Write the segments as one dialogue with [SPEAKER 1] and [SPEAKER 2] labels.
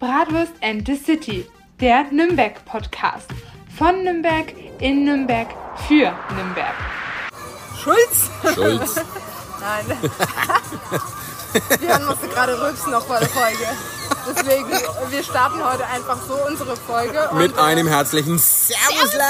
[SPEAKER 1] Bratwurst and the City, der Nürnberg-Podcast. Von Nürnberg, in Nürnberg, für Nürnberg.
[SPEAKER 2] Schulz?
[SPEAKER 3] Schulz.
[SPEAKER 2] Nein. Björn musste gerade rülpsen noch vor der Folge. Deswegen, wir starten heute einfach so unsere Folge. Und
[SPEAKER 3] Mit einem herzlichen Servusla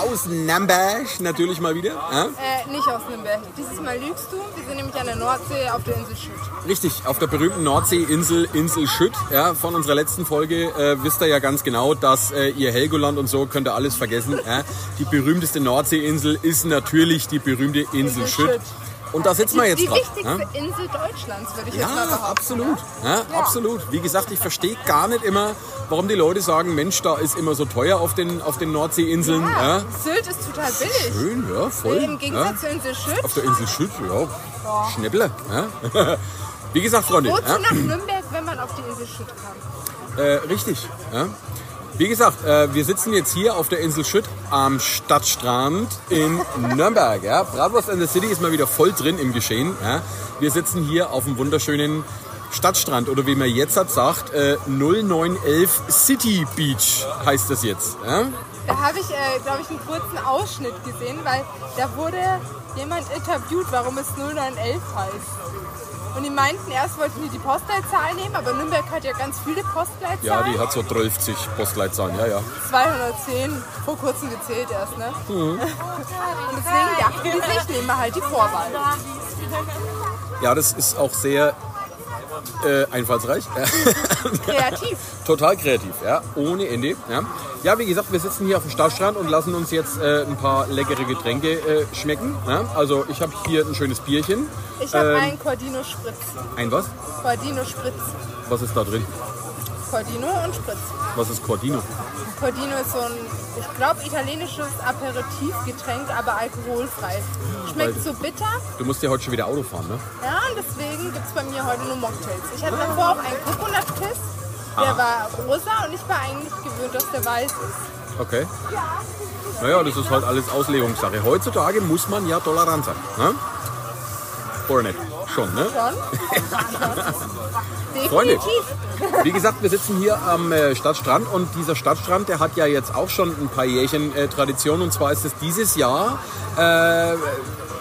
[SPEAKER 3] aus Nambash natürlich mal wieder. Ja?
[SPEAKER 2] äh, nicht aus Nürnberg. Dieses Mal lügst du. Wir sind nämlich an der Nordsee auf der Insel Schütt.
[SPEAKER 3] Richtig, auf der berühmten Nordseeinsel Insel Schütt. Ja, von unserer letzten Folge äh, wisst ihr ja ganz genau, dass äh, ihr Helgoland und so könnt ihr alles vergessen. Ja? Die berühmteste Nordseeinsel ist natürlich die berühmte Insel
[SPEAKER 2] Insel
[SPEAKER 3] Schütt.
[SPEAKER 2] Schütt.
[SPEAKER 3] Und da sitzen wir jetzt
[SPEAKER 2] die
[SPEAKER 3] drauf. ja?
[SPEAKER 2] wichtigste Insel Deutschlands, würde ich jetzt mal
[SPEAKER 3] Ja,
[SPEAKER 2] behaupten.
[SPEAKER 3] absolut. Ja,
[SPEAKER 2] Ja.
[SPEAKER 3] Absolut. Wie gesagt, ich verstehe gar nicht immer, warum die Leute sagen, Mensch, da ist immer so teuer auf den, auf den Nordseeinseln.
[SPEAKER 2] Ja,
[SPEAKER 3] Ja.
[SPEAKER 2] Sylt ist total billig.
[SPEAKER 3] Schön, ja, voll.
[SPEAKER 2] Im
[SPEAKER 3] ja.
[SPEAKER 2] Gegensatz zur Insel Schütt.
[SPEAKER 3] Auf der Insel Schütt, ja. Schnäppler. Ja. Wie gesagt, Freunde,
[SPEAKER 2] Wozu
[SPEAKER 3] ja,
[SPEAKER 2] nach Nürnberg, wenn man auf die Insel Schütt kam?
[SPEAKER 3] äh, richtig. Ja. Wie gesagt, äh, wir sitzen jetzt hier auf der Insel Schütt am Stadtstrand in Nürnberg. Ja. Bratwurst and the City ist mal wieder voll drin im Geschehen. Ja. Wir sitzen hier auf dem wunderschönen Stadtstrand oder wie man jetzt hat sagt, äh, 0911 City Beach heißt das jetzt. Ja.
[SPEAKER 2] Da habe ich, äh, glaube ich, einen kurzen Ausschnitt gesehen, weil da wurde jemand interviewt, warum es 0911 heißt. Und die meinten, erst wollten die die Postleitzahl nehmen, aber Nürnberg hat ja ganz viele
[SPEAKER 3] Ja,
[SPEAKER 2] Postleitzahlen.
[SPEAKER 3] die hat so 12 Postleitzahlen, ja, ja.
[SPEAKER 2] 210, vor kurzem gezählt erst, ne?
[SPEAKER 3] Mhm.
[SPEAKER 2] Und deswegen dachten die sich, nehmen wir halt die Vorwahl.
[SPEAKER 3] Ja, das ist auch sehr äh, einfallsreich.
[SPEAKER 2] Kreativ.
[SPEAKER 3] Total kreativ, ja, ohne Ende. Ja. ja, wie gesagt, wir sitzen hier auf dem Stadtstrand und lassen uns jetzt äh, ein paar leckere Getränke äh, schmecken. Ja. Also ich habe hier ein schönes Bierchen.
[SPEAKER 2] Ich habe
[SPEAKER 3] Ähm.
[SPEAKER 2] einen Cordino Spritz.
[SPEAKER 3] Ein was?
[SPEAKER 2] Cordino Spritz.
[SPEAKER 3] Was ist da drin?
[SPEAKER 2] Cordino und Spritz.
[SPEAKER 3] Was ist Cordino?
[SPEAKER 2] Cordino ist so ein, ich glaube, italienisches Aperitivgetränk, aber alkoholfrei. Schmeckt so bitter,
[SPEAKER 3] Du musst ja heute schon wieder Auto fahren, ne?
[SPEAKER 2] ja, und deswegen gibt es bei mir heute nur Mocktails. Ich hatte davor auch einen Coconut Kiss,
[SPEAKER 3] Ah.
[SPEAKER 2] der war rosa und ich war eigentlich gewöhnt, dass der weiß ist.
[SPEAKER 3] Okay. Naja, das ist halt alles Auslegungssache. Heutzutage muss man ja tolerant sein. Ne? Oder nicht? Schon, ne?
[SPEAKER 2] Schon? Definitiv.
[SPEAKER 3] Freunde. Wie gesagt, wir sitzen hier am äh, Stadtstrand und dieser Stadtstrand, der hat ja jetzt auch schon ein paar Jährchen äh, Tradition und zwar ist es dieses Jahr, äh,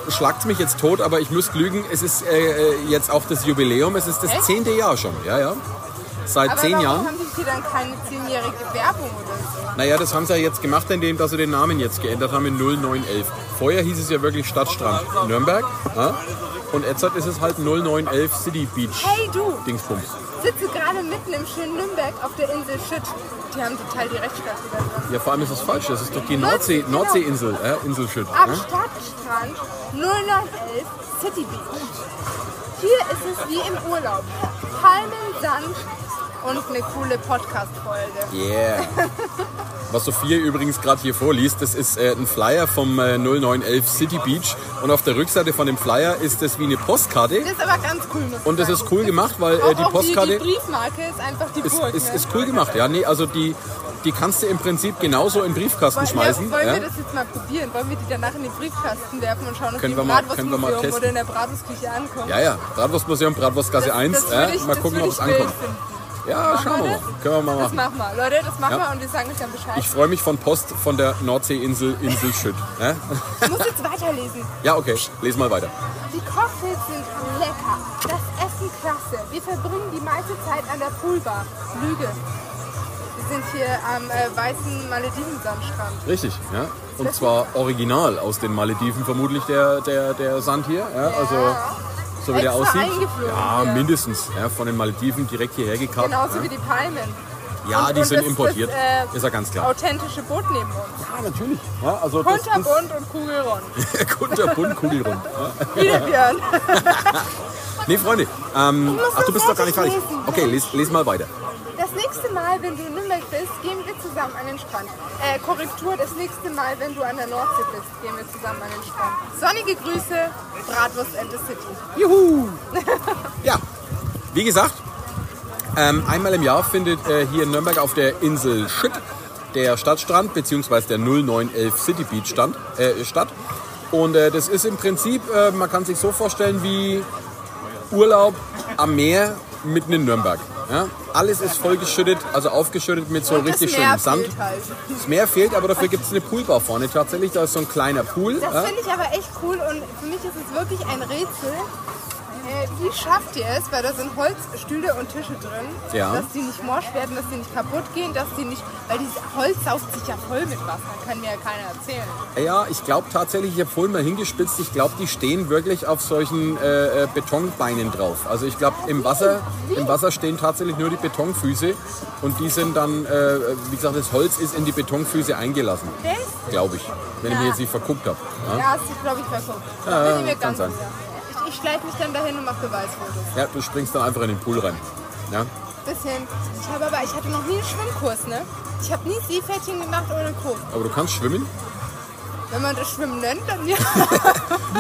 [SPEAKER 3] schlagt mich jetzt tot, aber ich müsste lügen, es ist äh, äh, jetzt auch das Jubiläum, es ist das
[SPEAKER 2] Echt?
[SPEAKER 3] zehnte Jahr schon, ja, ja. Seit
[SPEAKER 2] Aber
[SPEAKER 3] zehn
[SPEAKER 2] warum
[SPEAKER 3] Jahren.
[SPEAKER 2] haben die hier dann keine zehnjährige Werbung oder so?
[SPEAKER 3] Naja, das haben sie ja jetzt gemacht, indem dass sie den Namen jetzt geändert haben in 0911. Vorher hieß es ja wirklich Stadtstrand Nürnberg ja? und jetzt ist es halt 0911 City Beach
[SPEAKER 2] Hey du,
[SPEAKER 3] Dingsbums.
[SPEAKER 2] sitze gerade mitten im schönen Nürnberg auf der Insel Schütt. Die haben total die Rechtsstadt wieder dran.
[SPEAKER 3] Ja, vor allem ist es falsch. Das ist doch die
[SPEAKER 2] Nein,
[SPEAKER 3] Nordsee,
[SPEAKER 2] genau.
[SPEAKER 3] Nordseeinsel, äh, Inselschild.
[SPEAKER 2] Am
[SPEAKER 3] Ne?
[SPEAKER 2] Stadtstrand 0911 City Beach. Hier ist es wie im Urlaub. Palmen, Sand und eine coole Podcast-Folge.
[SPEAKER 3] Yeah. Was Sophia übrigens gerade hier vorliest, das ist äh, ein Flyer vom äh, 0911 City Beach. Und auf der Rückseite von dem Flyer ist das wie eine Postkarte.
[SPEAKER 2] Das ist aber ganz cool. Muss ich
[SPEAKER 3] Und das
[SPEAKER 2] sagen.
[SPEAKER 3] ist cool gemacht, weil
[SPEAKER 2] Auch,
[SPEAKER 3] äh, die
[SPEAKER 2] auch Die,
[SPEAKER 3] Postkarte
[SPEAKER 2] die Briefmarke ist einfach die
[SPEAKER 3] ist,
[SPEAKER 2] Burg.
[SPEAKER 3] ist,
[SPEAKER 2] ne?
[SPEAKER 3] ist cool gemacht. Ja, nee, also die, die kannst du im Prinzip genauso in den Briefkasten
[SPEAKER 2] wollen
[SPEAKER 3] schmeißen.
[SPEAKER 2] wir, wollen
[SPEAKER 3] ja.
[SPEAKER 2] wir das jetzt mal probieren? Wollen wir die danach in den Briefkasten werfen und schauen, ob
[SPEAKER 3] Können
[SPEAKER 2] die
[SPEAKER 3] wir
[SPEAKER 2] im
[SPEAKER 3] mal- können wir mal
[SPEAKER 2] Bratwurstmuseum
[SPEAKER 3] testen.
[SPEAKER 2] oder in der Bratwurstküche ankommen?
[SPEAKER 3] ja, ja, Bratwurstmuseum, Bratwurstgasse
[SPEAKER 2] Das-
[SPEAKER 3] 1.
[SPEAKER 2] das
[SPEAKER 3] ja.
[SPEAKER 2] würde ich-
[SPEAKER 3] mal
[SPEAKER 2] das
[SPEAKER 3] gucken,
[SPEAKER 2] würde
[SPEAKER 3] ob
[SPEAKER 2] ich
[SPEAKER 3] es ankommt.
[SPEAKER 2] wild finden.
[SPEAKER 3] Ja,
[SPEAKER 2] Machen wir
[SPEAKER 3] schauen wir mal.
[SPEAKER 2] das?
[SPEAKER 3] Können wir mal
[SPEAKER 2] Das
[SPEAKER 3] machen.
[SPEAKER 2] machen wir. Leute, das machen
[SPEAKER 3] Ja.
[SPEAKER 2] wir und wir sagen euch dann Bescheid.
[SPEAKER 3] Ich freue mich von Post von der Nordseeinsel Insel Schütt. Ja?
[SPEAKER 2] Ich muss jetzt weiterlesen.
[SPEAKER 3] ja, okay, les mal weiter.
[SPEAKER 2] Die Cocktails sind lecker, das Essen klasse. Wir verbringen die meiste Zeit an der Poolbar. Lüge. Wir sind hier am äh, weißen Malediven-Sandstrand.
[SPEAKER 3] Richtig, ja. Und zwar original aus den Malediven vermutlich der, der, der Sand hier. Ja, also so wie der
[SPEAKER 2] Extra
[SPEAKER 3] aussieht.
[SPEAKER 2] eingeflogen,
[SPEAKER 3] Ja,
[SPEAKER 2] ja. Genau,
[SPEAKER 3] mindestens. Ja, von den Malediven direkt hierher gekarrt.
[SPEAKER 2] Genauso
[SPEAKER 3] ja.
[SPEAKER 2] wie die Palmen.
[SPEAKER 3] Ja, die sind
[SPEAKER 2] das-
[SPEAKER 3] importiert.
[SPEAKER 2] Das, äh,
[SPEAKER 3] Ist ja ganz klar.
[SPEAKER 2] Authentische Boot neben uns.
[SPEAKER 3] Ja, natürlich. Ja, also das ist
[SPEAKER 2] Kunterbunt und Kugelrund.
[SPEAKER 3] kunterbunt, kugelrund. Ja.
[SPEAKER 2] Wieder Björn.
[SPEAKER 3] Nee, Freunde. Ähm,
[SPEAKER 2] muss
[SPEAKER 3] ach, du
[SPEAKER 2] das
[SPEAKER 3] bist doch gar nicht
[SPEAKER 2] fertig
[SPEAKER 3] fertig.
[SPEAKER 2] lesen.
[SPEAKER 3] Okay, les, les mal weiter.
[SPEAKER 2] Das nächste Mal, wenn du in Nürnberg bist, gehen wir zusammen an den Strand. Äh, Korrektur, das nächste Mal, wenn du an der Nordsee bist, gehen wir zusammen an den Strand. Sonnige Grüße, Bratwurst and the City.
[SPEAKER 3] Juhu! ja, wie gesagt, ähm, einmal im Jahr findet äh, hier in Nürnberg auf der Insel Schütt der Stadtstrand bzw. der 0911 City Beach stand, äh, statt. Und äh, das ist im Prinzip, äh, man kann sich so vorstellen wie Urlaub am Meer mitten in Nürnberg. Ja? Alles ist vollgeschüttet, also aufgeschüttet mit so
[SPEAKER 2] Und
[SPEAKER 3] richtig
[SPEAKER 2] das Meer
[SPEAKER 3] schönem Sand.
[SPEAKER 2] fehlt halt.
[SPEAKER 3] Das Meer fehlt, aber dafür gibt es eine Poolbar vorne tatsächlich. Da ist so ein kleiner Pool.
[SPEAKER 2] Das
[SPEAKER 3] ja?
[SPEAKER 2] finde ich aber echt cool und für mich ist es wirklich ein Rätsel. Äh, wie schafft ihr es, weil da sind Holzstühle und Tische drin,
[SPEAKER 3] Ja.
[SPEAKER 2] dass die nicht morsch werden, dass die nicht kaputt gehen, dass die nicht, weil dieses Holz saugt sich ja voll mit Wasser, kann mir ja keiner erzählen.
[SPEAKER 3] Ja, ich glaube tatsächlich, ich habe vorhin mal hingespitzt, ich glaube, die stehen wirklich auf solchen äh, äh, Betonbeinen drauf. Also ich glaube, im Wasser, im Wasser stehen tatsächlich nur die Betonfüße und die sind dann, äh, wie gesagt, das Holz ist in die Betonfüße eingelassen,
[SPEAKER 2] Das?
[SPEAKER 3] glaube ich, wenn ich mich jetzt nicht verguckt habe. Ja?
[SPEAKER 2] Ja, hast du, glaube ich, verguckt.
[SPEAKER 3] Ja,
[SPEAKER 2] Bin ich mir
[SPEAKER 3] kann
[SPEAKER 2] ganz
[SPEAKER 3] sein.
[SPEAKER 2] sicher. Ich, ich schleite mich dann dahin und mache Beweisfotos.
[SPEAKER 3] ja, du springst dann einfach in den Pool rein. Ja?
[SPEAKER 2] Bisschen. Ich habe aber, ich hatte noch nie einen Schwimmkurs, ne? Ich habe nie Seepferdchen gemacht ohne Kurs.
[SPEAKER 3] Aber du kannst schwimmen,
[SPEAKER 2] Wenn man das Schwimmen nennt, dann ja.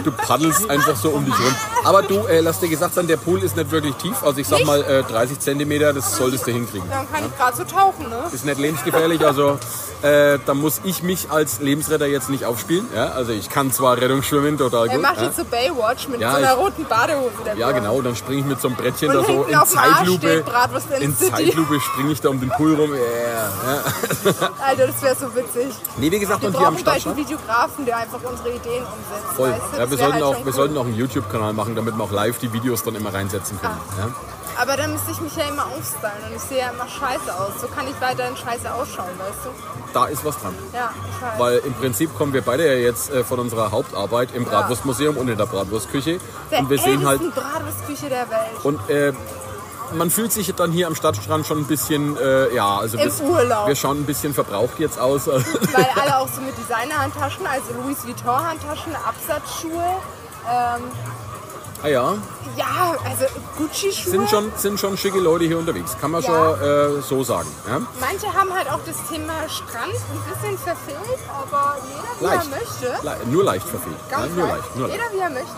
[SPEAKER 3] du paddelst einfach so um dich rum. Aber du, äh, lass dir gesagt sein, der Pool ist nicht wirklich tief. Also ich sag mal äh, 30 Zentimeter, das solltest du hinkriegen.
[SPEAKER 2] Dann kann ich gerade so tauchen, ne?
[SPEAKER 3] ist nicht lebensgefährlich, also äh, da muss ich mich als Lebensretter jetzt nicht aufspielen. Ja? Also ich kann zwar Rettungsschwimmen total
[SPEAKER 2] Er
[SPEAKER 3] gut.
[SPEAKER 2] macht
[SPEAKER 3] Ja?
[SPEAKER 2] jetzt so Baywatch mit
[SPEAKER 3] Ja,
[SPEAKER 2] so einer
[SPEAKER 3] ich-
[SPEAKER 2] roten Badehose. Der
[SPEAKER 3] ja genau, dann springe ich mit so einem Brettchen
[SPEAKER 2] Und
[SPEAKER 3] da so
[SPEAKER 2] hinten
[SPEAKER 3] in
[SPEAKER 2] auf dem Arsch
[SPEAKER 3] Zeitlupe.
[SPEAKER 2] steht Bratwurst in
[SPEAKER 3] In
[SPEAKER 2] City.
[SPEAKER 3] Zeitlupe springe ich da um den Pool rum. Yeah.
[SPEAKER 2] Alter, das wäre so witzig.
[SPEAKER 3] Nee, wie gesagt,
[SPEAKER 2] Wir
[SPEAKER 3] und hier am
[SPEAKER 2] brauchen bald
[SPEAKER 3] Stadtstrand.
[SPEAKER 2] einen Videografen, der einfach unsere Ideen umsetzt.
[SPEAKER 3] Voll.
[SPEAKER 2] weißt du?
[SPEAKER 3] Ja, wir
[SPEAKER 2] Das wär
[SPEAKER 3] sollten,
[SPEAKER 2] halt
[SPEAKER 3] auch,
[SPEAKER 2] schon
[SPEAKER 3] wir
[SPEAKER 2] cool.
[SPEAKER 3] sollten auch einen YouTube-Kanal machen, damit wir auch live die Videos dann immer reinsetzen können.
[SPEAKER 2] Ah.
[SPEAKER 3] Ja?
[SPEAKER 2] Aber dann müsste ich mich ja immer aufstylen und ich sehe ja immer scheiße aus. So kann ich weiterhin scheiße ausschauen, weißt du?
[SPEAKER 3] Da ist was dran.
[SPEAKER 2] Ja, ich weiß.
[SPEAKER 3] Weil im Prinzip kommen wir beide ja jetzt äh, von unserer Hauptarbeit im Bratwurstmuseum und in der Bratwurstküche.
[SPEAKER 2] der
[SPEAKER 3] und wir sehen halt
[SPEAKER 2] ältesten Bratwurstküche der Welt.
[SPEAKER 3] Und äh, man fühlt sich dann hier am Stadtstrand schon ein bisschen, äh, ja, also
[SPEAKER 2] Im
[SPEAKER 3] wir,
[SPEAKER 2] Urlaub.
[SPEAKER 3] wir schauen ein bisschen verbraucht jetzt aus. Ah
[SPEAKER 2] Weil alle auch so mit Designerhandtaschen, also Louis Vuitton-Handtaschen, Absatzschuhe. Ähm,
[SPEAKER 3] ah ja,
[SPEAKER 2] ja, also Gucci-Schuhe.
[SPEAKER 3] sind schon, sind schon schicke Leute hier unterwegs, kann man
[SPEAKER 2] Ja.
[SPEAKER 3] schon äh, so sagen. Ja?
[SPEAKER 2] Manche haben halt auch das Thema Strand ein bisschen verfehlt, aber jeder wie
[SPEAKER 3] Leicht.
[SPEAKER 2] er möchte.
[SPEAKER 3] Le nur leicht verfehlt. Ja,
[SPEAKER 2] Ganz
[SPEAKER 3] nur
[SPEAKER 2] leicht.
[SPEAKER 3] leicht, nur leicht.
[SPEAKER 2] Jeder wie er möchte.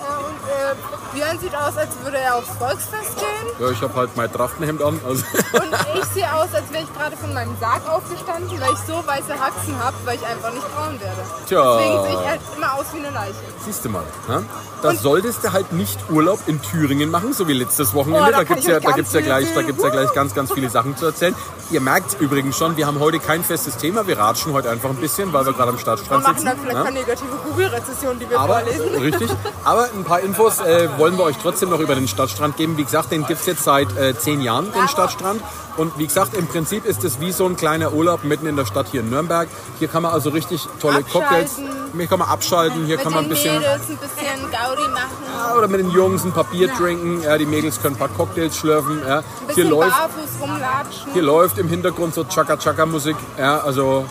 [SPEAKER 2] Äh, Und äh, Björn sieht aus, als würde er aufs Volksfest gehen.
[SPEAKER 3] Ja, ich habe halt mein Trachtenhemd an. Also,
[SPEAKER 2] Und ich sehe aus, als wäre ich gerade von meinem Sarg aufgestanden, weil ich so weiße Haxen habe, weil ich einfach nicht braun werde.
[SPEAKER 3] Tja.
[SPEAKER 2] Deswegen sehe ich halt immer aus wie eine Leiche.
[SPEAKER 3] siehst du mal. Ja? Da solltest du halt nicht Urlaub in Thüringen machen, so wie letztes Wochenende.
[SPEAKER 2] Oh, da
[SPEAKER 3] da
[SPEAKER 2] kann
[SPEAKER 3] gibt's
[SPEAKER 2] ich
[SPEAKER 3] ja,
[SPEAKER 2] euch
[SPEAKER 3] da
[SPEAKER 2] ganz
[SPEAKER 3] gibt's ja
[SPEAKER 2] viel
[SPEAKER 3] gleich, da
[SPEAKER 2] erzählen.
[SPEAKER 3] gibt's ja gleich ganz, ganz viele Sachen zu erzählen. Ihr merkt übrigens schon, wir haben heute kein festes Thema. Wir ratschen heute einfach ein bisschen, weil wir gerade am
[SPEAKER 2] Wir
[SPEAKER 3] Stadtstrand
[SPEAKER 2] machen
[SPEAKER 3] sitzen.
[SPEAKER 2] dann vielleicht
[SPEAKER 3] ja?
[SPEAKER 2] keine negative Google-Rezession, die wir
[SPEAKER 3] Aber,
[SPEAKER 2] vorlesen.
[SPEAKER 3] richtig, aber ein paar Infos äh, wollen wir euch trotzdem noch über den Stadtstrand geben. Wie gesagt, den gibt es jetzt seit äh, zehn Jahren, den Stadtstrand. Und wie gesagt, im Prinzip ist es wie so ein kleiner Urlaub mitten in der Stadt hier in Nürnberg. Hier kann man also richtig tolle
[SPEAKER 2] Abschalten.
[SPEAKER 3] Cocktails, hier kann man abschalten, hier kann man ein bisschen
[SPEAKER 2] ein bisschen Gaudi machen.
[SPEAKER 3] oder mit den Jungs ein paar Bier trinken. Ja, die Mädels können ein paar Cocktails schlürfen. Ja. Hier läuft,
[SPEAKER 2] barfuß rumlatschen.
[SPEAKER 3] hier läuft im Hintergrund so Chaka-Chaka-Musik. Ja, also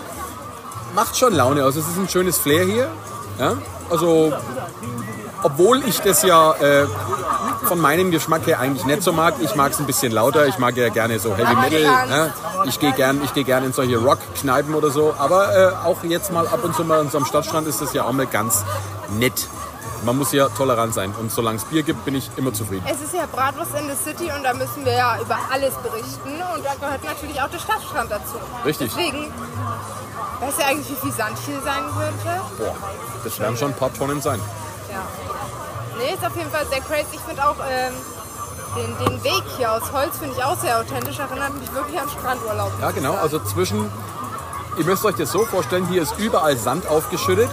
[SPEAKER 3] macht schon Laune aus. Es ist ein schönes Flair hier. Ja, also, obwohl ich das ja äh, von meinem Geschmack her eigentlich nicht so mag. Ich mag es ein bisschen lauter. Ich mag ja gerne so Heavy Metal. Ja. Ich gehe gern, ich geh gern in solche Rock-Kneipen oder so. Aber äh, auch jetzt mal ab und zu mal in so einem Stadtstrand ist das ja auch mal ganz nett. Man muss ja tolerant sein. Und solange es Bier gibt, bin ich immer zufrieden.
[SPEAKER 2] Es ist ja Bratwurst in the City und da müssen wir ja über alles berichten. Und da gehört natürlich auch der Stadtstrand dazu.
[SPEAKER 3] Richtig.
[SPEAKER 2] Deswegen, weißt du eigentlich, wie viel Sand hier sein könnte?
[SPEAKER 3] Boah, das werden schon ein paar Tonnen sein.
[SPEAKER 2] Ja. Nee, ist auf jeden Fall sehr crazy. Ich finde auch ähm, den, den Weg hier aus Holz finde ich auch sehr authentisch. Erinnert mich wirklich an Strandurlaub.
[SPEAKER 3] Ja, genau. Also zwischen, ihr müsst euch das so vorstellen, hier ist überall Sand aufgeschüttet.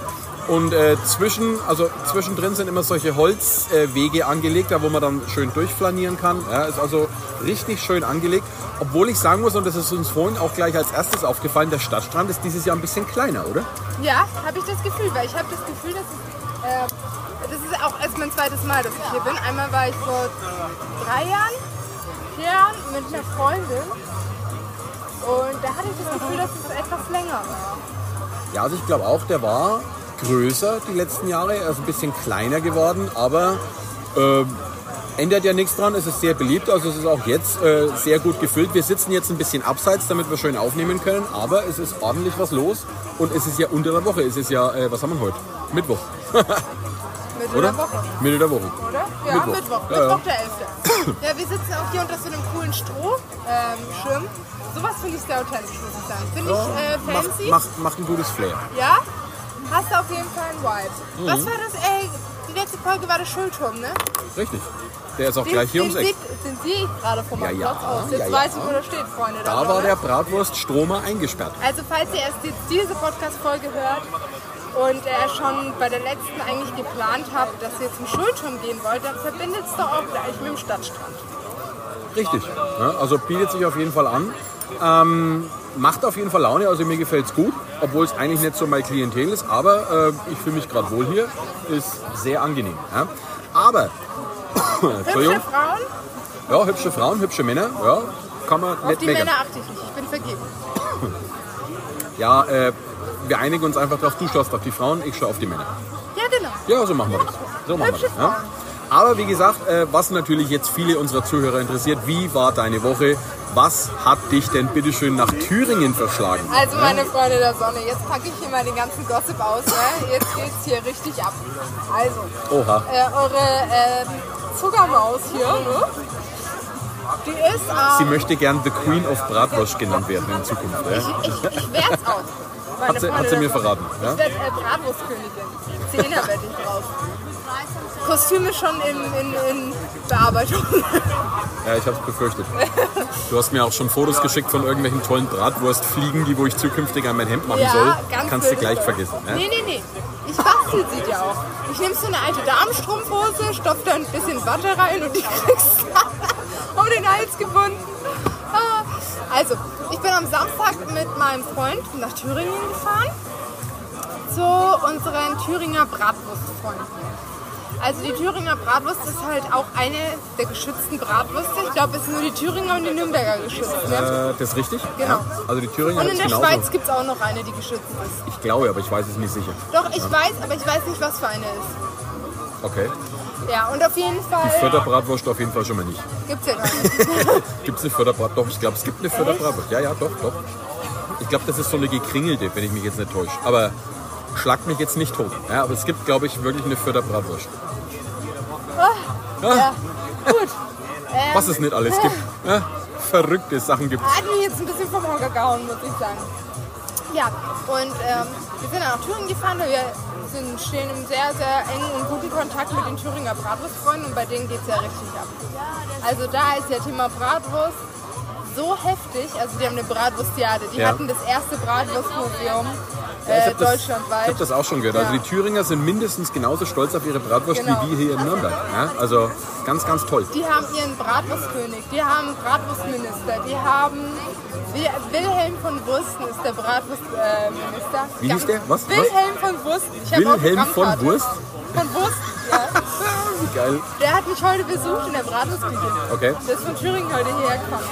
[SPEAKER 3] Und äh, zwischen, also zwischendrin sind immer solche Holzwege äh, Wege angelegt, da wo man dann schön durchflanieren kann. Ja, ist also richtig schön angelegt. Obwohl ich sagen muss, und das ist uns vorhin auch gleich als erstes aufgefallen, der Stadtstrand ist dieses Jahr ein bisschen kleiner, oder?
[SPEAKER 2] Ja, habe ich das Gefühl, weil ich habe das Gefühl, dass es, äh, das ist auch erst mein zweites Mal, dass ich hier bin. Einmal war ich vor drei Jahren, vier Jahren mit einer Freundin und da hatte ich das Gefühl, dass es etwas länger war.
[SPEAKER 3] Ja, also ich glaube auch, der war größer die letzten Jahre, er ist ein bisschen kleiner geworden, aber ähm, ändert ja nichts dran, es ist sehr beliebt, also es ist auch jetzt äh, sehr gut gefüllt. Wir sitzen jetzt ein bisschen abseits, damit wir schön aufnehmen können, aber es ist ordentlich was los und es ist ja unter der Woche, es ist ja, äh, was haben wir heute? Mittwoch,
[SPEAKER 2] Mitte
[SPEAKER 3] oder?
[SPEAKER 2] der Woche,
[SPEAKER 3] Mitte der Woche.
[SPEAKER 2] oder? Ja,
[SPEAKER 3] Mittwoch.
[SPEAKER 2] Mittwoch. Mittwoch,
[SPEAKER 3] Ja, ja.
[SPEAKER 2] der 11. ja, wir sitzen auch hier unter so einem coolen Strohschirm. Sowas finde ich sehr authentisch, muss ich sagen. Finde ich äh,
[SPEAKER 3] macht,
[SPEAKER 2] fancy.
[SPEAKER 3] macht, macht ein gutes Flair.
[SPEAKER 2] Ja? Hast
[SPEAKER 3] Mhm.
[SPEAKER 2] du auf jeden Fall einen Vibe. Was war das, ey? Die letzte Folge war der Schulturm, ne?
[SPEAKER 3] Richtig. Der ist auch
[SPEAKER 2] Den,
[SPEAKER 3] gleich hier
[SPEAKER 2] den,
[SPEAKER 3] ums Eck.
[SPEAKER 2] sieht, den sehe ich gerade vor meinem
[SPEAKER 3] Ja, ja,
[SPEAKER 2] Platz aus. Jetzt
[SPEAKER 3] ja, ja.
[SPEAKER 2] weiß ich, wo der steht, Freunde.
[SPEAKER 3] Da
[SPEAKER 2] vorne.
[SPEAKER 3] war der Bratwurststromer eingesperrt.
[SPEAKER 2] Also falls ihr erst jetzt diese Podcast-Folge hört und äh, schon bei der letzten eigentlich geplant habt, dass ihr zum Schulturm gehen wollt, dann verbindet es doch auch gleich mit dem Stadtstrand.
[SPEAKER 3] Richtig. Ja, also bietet sich auf jeden Fall an. Ähm, macht auf jeden Fall Laune, also mir gefällt es gut, obwohl es eigentlich nicht so mein Klientel ist, aber äh, ich fühle mich gerade wohl hier. Ist sehr angenehm. Ja. Aber, Entschuldigung,
[SPEAKER 2] Hübsche Frauen,
[SPEAKER 3] ja, hübsche Frauen, hübsche Männer, ja, kann man
[SPEAKER 2] auf
[SPEAKER 3] nicht
[SPEAKER 2] die
[SPEAKER 3] meckern.
[SPEAKER 2] Männer achte ich nicht. Ich bin vergeben.
[SPEAKER 3] Ja, äh, wir einigen uns einfach drauf, du schaust auf die Frauen, ich schaue auf die Männer.
[SPEAKER 2] Ja, genau.
[SPEAKER 3] Ja, so machen wir das. So machen wir das. Ja. Aber wie gesagt, äh, was natürlich jetzt viele unserer Zuhörer interessiert, wie war deine Woche? Was hat dich denn bitteschön nach Thüringen verschlagen?
[SPEAKER 2] Also meine Freunde der Sonne, jetzt packe ich hier mal den ganzen Gossip aus. Ne? Jetzt geht's hier richtig ab. Also,
[SPEAKER 3] Oha.
[SPEAKER 2] äh, eure ähm, Zuckermaus hier, ne? die ist am
[SPEAKER 3] Sie möchte gern The Queen of Bratwurst genannt werden in Zukunft. Ja?
[SPEAKER 2] Ich, ich werd's auch. Meine
[SPEAKER 3] Hat sie, hat sie
[SPEAKER 2] Freunde
[SPEAKER 3] mir
[SPEAKER 2] davon.
[SPEAKER 3] verraten. Ja?
[SPEAKER 2] Ich werd äh, Bratwurstkönigin. Zehner werd ich drauf. Kostüme schon in, in, in Bearbeitung.
[SPEAKER 3] ja, ich hab's befürchtet. Du hast mir auch schon Fotos geschickt von irgendwelchen tollen Bratwurstfliegen, die wo ich zukünftig an mein Hemd machen soll. Kannst du
[SPEAKER 2] böse.
[SPEAKER 3] gleich vergessen. Ja?
[SPEAKER 2] Nee, nee, nee. Ich bastel sie dir auch. Ich nehme so eine alte Darmstrumpfhose, stopf da ein bisschen Watte rein und die kriegst du um den Hals gebunden. Ah, Also, ich bin am Samstag mit meinem Freund nach Thüringen gefahren. Zu unseren Thüringer Bratwurstfreunden. Also die Thüringer Bratwurst ist halt auch eine der geschützten Bratwürste. Ich glaube, es sind nur die Thüringer und die Nürnberger geschützt. Ne?
[SPEAKER 3] Äh, das ist richtig?
[SPEAKER 2] Genau.
[SPEAKER 3] Ja. Also die Thüringer
[SPEAKER 2] Und in
[SPEAKER 3] hat's
[SPEAKER 2] der
[SPEAKER 3] genauso.
[SPEAKER 2] Schweiz gibt es auch noch eine, die geschützt ist.
[SPEAKER 3] Ich glaube, aber ich weiß es nicht sicher.
[SPEAKER 2] Doch, ich weiß, aber ich weiß nicht, was für eine ist.
[SPEAKER 3] Okay.
[SPEAKER 2] Ja, und auf jeden Fall
[SPEAKER 3] Förderbratwurst auf jeden Fall schon mal nicht.
[SPEAKER 2] gibt's ja gar nicht.
[SPEAKER 3] Gibt es eine Förderbratwurst? Doch, ich glaube, es gibt eine Förderbratwurst. Ja, ja, doch, doch. Ich glaube, das ist so eine gekringelte, wenn ich mich jetzt nicht täusche. Aber schlagt mich jetzt nicht tot. Ja, aber es gibt, glaube ich, wirklich eine Förderbratwurst.
[SPEAKER 2] Oh, Ja, gut. Ähm, Äh,
[SPEAKER 3] Was es nicht alles gibt. Ja, verrückte Sachen gibt
[SPEAKER 2] Hat mich jetzt ein bisschen vom Hocker gehauen, muss ich sagen. Ja, und ähm, wir sind dann nach Thüringen gefahren, weil wir sind, stehen im sehr, sehr engen und guten Kontakt mit den Thüringer Bratwurstfreunden und bei denen geht es ja richtig ab. Also da ist ja Thema Bratwurst so heftig. Also die haben eine Bratwurstjade. Die
[SPEAKER 3] Ja.
[SPEAKER 2] hatten das erste Bratwurstmuseum
[SPEAKER 3] Also Ich
[SPEAKER 2] äh,
[SPEAKER 3] hab das- Ich
[SPEAKER 2] deutschlandweit.
[SPEAKER 3] habe das auch schon gehört. Also
[SPEAKER 2] Ja.
[SPEAKER 3] die Thüringer sind mindestens genauso stolz auf ihre Bratwurst
[SPEAKER 2] Genau.
[SPEAKER 3] wie wir hier in Nürnberg. Ja? Also ganz, ganz toll.
[SPEAKER 2] Die haben ihren Bratwurstkönig, die haben Bratwurstminister, die haben Wil- Wilhelm von Wursten ist der Bratwurstminister. Äh, Minister.
[SPEAKER 3] Wie hieß der? Was?
[SPEAKER 2] Wilhelm von Wursten. Ich hab
[SPEAKER 3] Wilhelm
[SPEAKER 2] auch
[SPEAKER 3] von Wurst?
[SPEAKER 2] Von Wursten, ja.
[SPEAKER 3] Wie geil.
[SPEAKER 2] Der hat mich heute besucht in der Bratwurstküche.
[SPEAKER 3] Okay.
[SPEAKER 2] Der ist von Thüringen heute hierher gekommen.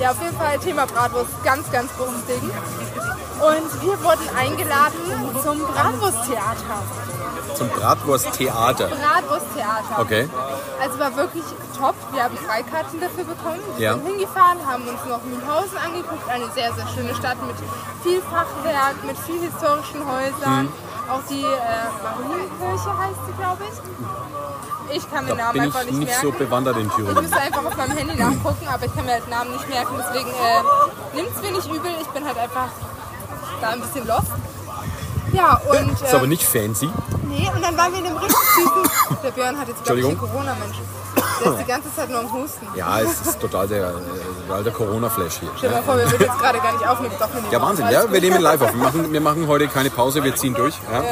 [SPEAKER 2] Ja, auf jeden Fall Thema Bratwurst, ganz, ganz großes Ding. Und wir wurden eingeladen zum Bratwursttheater.
[SPEAKER 3] Zum Bratwursttheater.
[SPEAKER 2] Bratwursttheater.
[SPEAKER 3] Okay.
[SPEAKER 2] Also war wirklich top. Wir haben Freikarten dafür bekommen. Wir
[SPEAKER 3] Ja.
[SPEAKER 2] sind hingefahren, haben uns noch Münchhausen angeguckt. Eine sehr, sehr schöne Stadt mit viel Fachwerk, mit viel historischen Häusern.
[SPEAKER 3] Mhm.
[SPEAKER 2] Auch die äh, Marienkirche heißt sie, glaube ich. Ich Genau, kann den
[SPEAKER 3] Da
[SPEAKER 2] Namen
[SPEAKER 3] bin
[SPEAKER 2] einfach
[SPEAKER 3] ich
[SPEAKER 2] nicht
[SPEAKER 3] nicht
[SPEAKER 2] merken.
[SPEAKER 3] so bewandert in
[SPEAKER 2] ich
[SPEAKER 3] Thüringen.
[SPEAKER 2] müsste einfach auf meinem Handy nachgucken, aber ich kann mir halt Namen nicht merken. Deswegen äh, nimmt es mir nicht übel. Ich bin halt einfach da ein bisschen lost. Ja, und.
[SPEAKER 3] Ist
[SPEAKER 2] ähm,
[SPEAKER 3] aber nicht fancy.
[SPEAKER 2] Nee, und dann waren wir in dem Rückzug. Der Björn hat jetzt, glaube ich,
[SPEAKER 3] Entschuldigung.
[SPEAKER 2] hier Corona, Mensch. Der ist die ganze Zeit nur am Husten.
[SPEAKER 3] Ja, es ist total der, äh, total der Corona-Flash hier.
[SPEAKER 2] Stell dir mal vor, wir würden jetzt gerade gar nicht aufnehmen. Doch, wir nehmen
[SPEAKER 3] Ja,
[SPEAKER 2] auf.
[SPEAKER 3] Wahnsinn,
[SPEAKER 2] Alles
[SPEAKER 3] ja? Wir
[SPEAKER 2] gut.
[SPEAKER 3] nehmen live auf. Wir machen, wir machen heute keine Pause, wir ziehen durch. Ja?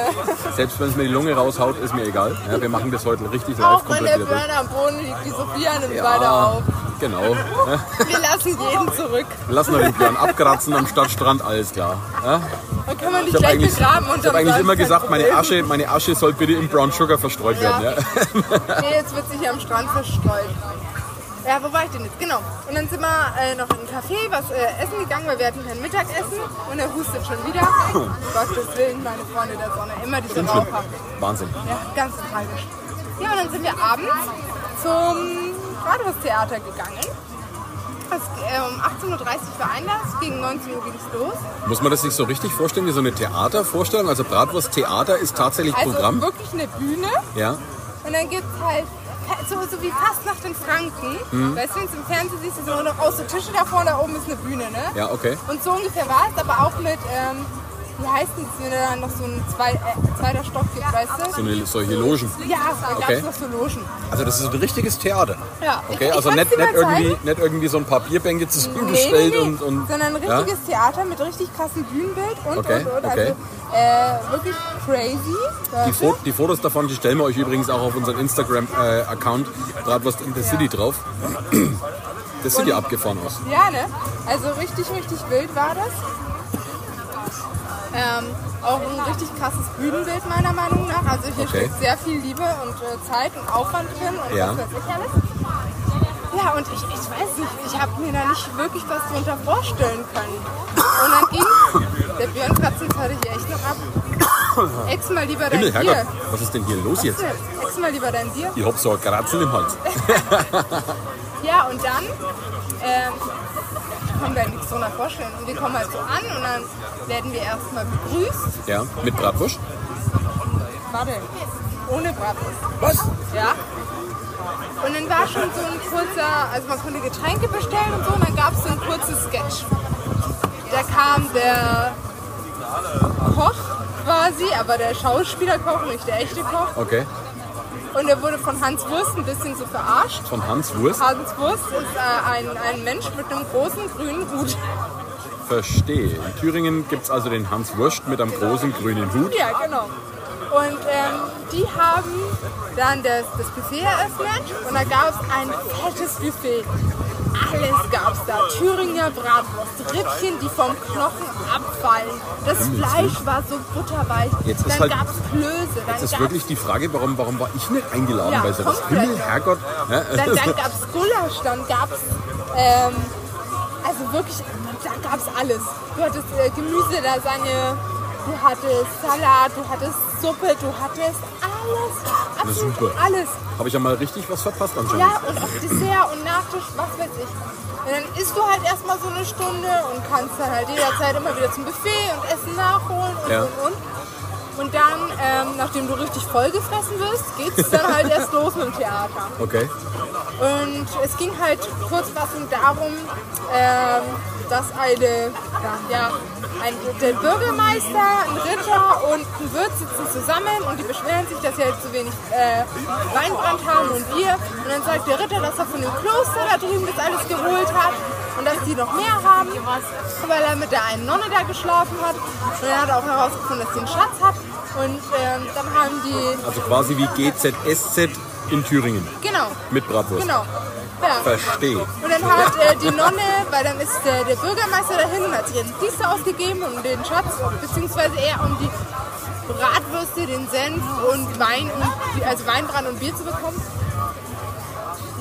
[SPEAKER 3] Selbst wenn es mir die Lunge raushaut, ist mir egal. Ja, wir machen das heute richtig live
[SPEAKER 2] Auch wenn
[SPEAKER 3] komplett
[SPEAKER 2] der
[SPEAKER 3] wieder durch.
[SPEAKER 2] Björn am Boden liegt, die Sophia nimmt beide
[SPEAKER 3] Ja,
[SPEAKER 2] auf.
[SPEAKER 3] genau. Ja?
[SPEAKER 2] Wir lassen jeden zurück.
[SPEAKER 3] Lassen wir den Plan abkratzen am Stadtstrand, alles klar. Ja?
[SPEAKER 2] Dann können wir nicht
[SPEAKER 3] Ich habe
[SPEAKER 2] gleich
[SPEAKER 3] eigentlich, ich
[SPEAKER 2] begraben. und
[SPEAKER 3] hab
[SPEAKER 2] dann
[SPEAKER 3] eigentlich
[SPEAKER 2] sagen,
[SPEAKER 3] immer
[SPEAKER 2] kein
[SPEAKER 3] gesagt, meine
[SPEAKER 2] Problem.
[SPEAKER 3] Asche, meine Asche soll bitte im Brown Sugar verstreut
[SPEAKER 2] Ja.
[SPEAKER 3] werden. Ja?
[SPEAKER 2] Nee, jetzt wird sich hier am Strand verstreut. Ja, wo war ich denn jetzt? Genau. Und dann sind wir äh, noch in ein Café, was äh, essen gegangen, weil wir hatten kein Mittagessen. Und er hustet schon wieder. um Gottes Willen, meine Freunde der Sonne. Immer diese Raucher.
[SPEAKER 3] Wahnsinn.
[SPEAKER 2] Ja, ganz tragisch. Ja, und dann sind wir abends zum Rathaustheater gegangen. Das, äh, um 18.30 Uhr war Einlass, gegen 19 Uhr ging es los.
[SPEAKER 3] Muss man das sich so richtig vorstellen, wie so eine Theatervorstellung? Also Bratwurst Theater ist tatsächlich
[SPEAKER 2] Also
[SPEAKER 3] Programm.
[SPEAKER 2] wirklich eine Bühne.
[SPEAKER 3] Ja.
[SPEAKER 2] Und dann gibt es halt so, so wie fast nach den Franken.
[SPEAKER 3] Mhm.
[SPEAKER 2] Weißt du, wenn im Fernsehen siehst du so noch aus so Tische da vorne, da oben ist eine Bühne, ne?
[SPEAKER 3] Ja, okay.
[SPEAKER 2] Und so ungefähr war es, aber auch mit ähm, wie heißt denn das, wenn da noch so ein zwei, äh, zweiter Stock gibt, weißt du?
[SPEAKER 3] So eine, solche Logen.
[SPEAKER 2] ja, da gab
[SPEAKER 3] Okay.
[SPEAKER 2] es noch so Logen.
[SPEAKER 4] Also das ist ein richtiges Theater.
[SPEAKER 2] Ja, ich-
[SPEAKER 3] Okay,
[SPEAKER 2] ich
[SPEAKER 3] also
[SPEAKER 2] kann's
[SPEAKER 3] nicht,
[SPEAKER 2] dir
[SPEAKER 3] nicht,
[SPEAKER 2] mal zeigen.
[SPEAKER 3] irgendwie, nicht irgendwie so ein paar Bierbänke
[SPEAKER 2] Nee,
[SPEAKER 3] zusammengestellt
[SPEAKER 2] nee, nee.
[SPEAKER 3] und. und
[SPEAKER 2] sondern ein
[SPEAKER 3] ja?
[SPEAKER 2] richtiges Theater mit richtig krassem Bühnenbild und,
[SPEAKER 3] Okay,
[SPEAKER 2] und, und.
[SPEAKER 3] okay.
[SPEAKER 2] Also äh, wirklich crazy.
[SPEAKER 3] Die,
[SPEAKER 2] Leute.
[SPEAKER 3] Fo die Fotos davon, die stellen wir euch übrigens auch auf unseren Instagram-Account Bratwurst in the City drauf. Das sieht ja abgefahren aus.
[SPEAKER 2] Ja, ne? Also richtig, richtig wild war das. Ähm, auch ein richtig krasses Bühnenbild meiner Meinung nach. Also hier
[SPEAKER 3] Okay.
[SPEAKER 2] steckt sehr viel Liebe und äh, Zeit und Aufwand drin und
[SPEAKER 3] Ja.
[SPEAKER 2] was weiß ich alles. Ja, und ich, ich weiß nicht, ich habe mir da nicht wirklich was drunter vorstellen können. Und dann ging der Björnkratzen hatte ich echt noch ab. Ex mal lieber dein
[SPEAKER 3] Himmel,
[SPEAKER 2] Bier.
[SPEAKER 3] Herrgott, was ist denn hier los jetzt?
[SPEAKER 2] Ex mal lieber dein Bier.
[SPEAKER 3] Ich hab so ein Kratzel im Hals.
[SPEAKER 2] Ja, und dann ähm, kommen wir nichts drunter vorstellen. Und wir kommen halt so an und dann werden wir erstmal begrüßt.
[SPEAKER 3] Ja, mit Bratwurst?
[SPEAKER 2] Warte, ohne Bratwurst.
[SPEAKER 4] Was?
[SPEAKER 2] Ja. Und dann war schon so ein kurzer, also man konnte Getränke bestellen und so, und dann gab es so ein kurzes Sketch. Da kam der Koch quasi, aber der Schauspielerkoch, nicht der echte Koch.
[SPEAKER 3] Okay.
[SPEAKER 2] Und er wurde von Hans Wurst ein bisschen so verarscht.
[SPEAKER 3] Von Hans Wurst?
[SPEAKER 2] Hans Wurst ist äh, ein, ein Mensch mit einem großen grünen Hut.
[SPEAKER 3] Verstehe. In Thüringen gibt's also den Hans Wurst mit einem großen grünen Hut.
[SPEAKER 2] Ja, genau. Und ähm, die haben dann das, das Buffet eröffnet und da gab es ein fettes Buffet. Alles gab es da. Thüringer Bratwurst, Rippchen, die vom Knochen abfallen. Das Fleisch war so butterweich.
[SPEAKER 3] Jetzt ist
[SPEAKER 2] dann
[SPEAKER 3] halt-
[SPEAKER 2] gab es Klöße. Dann
[SPEAKER 3] Das ist
[SPEAKER 2] gab's-
[SPEAKER 3] wirklich die Frage, warum, warum war ich nicht eingeladen
[SPEAKER 2] Ja,
[SPEAKER 3] bei sowas?
[SPEAKER 2] komplett.
[SPEAKER 3] Himmel, Herrgott. Ja,
[SPEAKER 2] Dann, dann gab es Gulasch, dann gab es. Ähm, also wirklich, da gab es alles. Du hattest äh, Gemüse, Lasagne, du hattest Salat, du hattest Suppe, du hattest alles. Absolut
[SPEAKER 3] super.
[SPEAKER 2] alles.
[SPEAKER 3] Habe ich ja mal richtig was verpasst anscheinend.
[SPEAKER 2] Ja, und auch Dessert und Nachtisch, was weiß ich. Und dann isst du halt erstmal so eine Stunde und kannst dann halt jederzeit immer wieder zum Buffet und Essen nachholen und
[SPEAKER 3] Ja.
[SPEAKER 2] und und. Und dann, ähm, nachdem du richtig vollgefressen wirst, geht's dann halt erst los mit dem Theater.
[SPEAKER 3] Okay.
[SPEAKER 2] Und es ging halt kurzfassend darum, ähm, dass eine, ja, ein, der Bürgermeister, ein Ritter und ein Wirt sitzen zusammen und die beschweren sich, dass sie halt zu wenig äh, Weinbrand haben und Bier. Und dann sagt der Ritter, dass er von dem Kloster da drüben das alles geholt hat und dass die noch mehr haben, weil er mit der einen Nonne da geschlafen hat. Und er hat auch herausgefunden, dass sie einen Schatz hat. Und ähm, dann haben die,
[SPEAKER 3] Also quasi wie GZSZ in Thüringen
[SPEAKER 2] genau,
[SPEAKER 3] mit Bratwurst.
[SPEAKER 2] genau. Ja.
[SPEAKER 3] Verstehe.
[SPEAKER 2] Und dann hat äh, die Nonne, weil dann ist äh, der, der Bürgermeister dahin und hat sich jetzt Dienste ausgegeben um den Schatz, beziehungsweise eher um die Bratwürste, den Senf und Wein, und, also Weinbrand und Bier zu bekommen.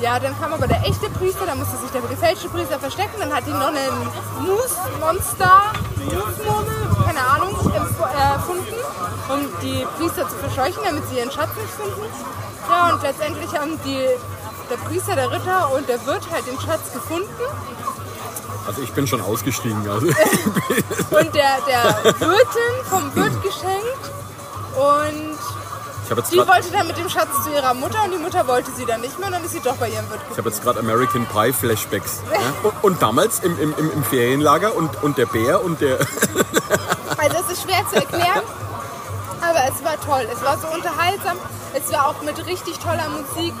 [SPEAKER 2] Ja, dann kam aber der echte Priester, da musste sich der gefälschte Priester verstecken, dann hat die Nonne ein Moose-Monster, Moose-Murmel, keine Ahnung, empf- äh, erfunden, um die Priester zu verscheuchen, damit sie ihren Schatz nicht finden. Ja, und letztendlich haben die, der Priester, der Ritter und der Wirt halt den Schatz gefunden.
[SPEAKER 3] Also ich bin schon ausgestiegen. Also.
[SPEAKER 2] Und der, der Wirtin vom Wirt geschenkt. Und
[SPEAKER 3] Ich habe jetzt
[SPEAKER 2] die
[SPEAKER 3] gerade
[SPEAKER 2] wollte dann mit dem Schatz zu ihrer Mutter und die Mutter wollte sie dann nicht mehr und dann ist sie doch bei ihrem Wirt
[SPEAKER 3] Ich habe jetzt gerade American Pie Flashbacks. Ja? Und, und damals im, im, im, im Ferienlager und, und der Bär und der.
[SPEAKER 2] Also es ist schwer zu erklären, aber es war toll. Es war so unterhaltsam. Es war auch mit richtig toller Musik.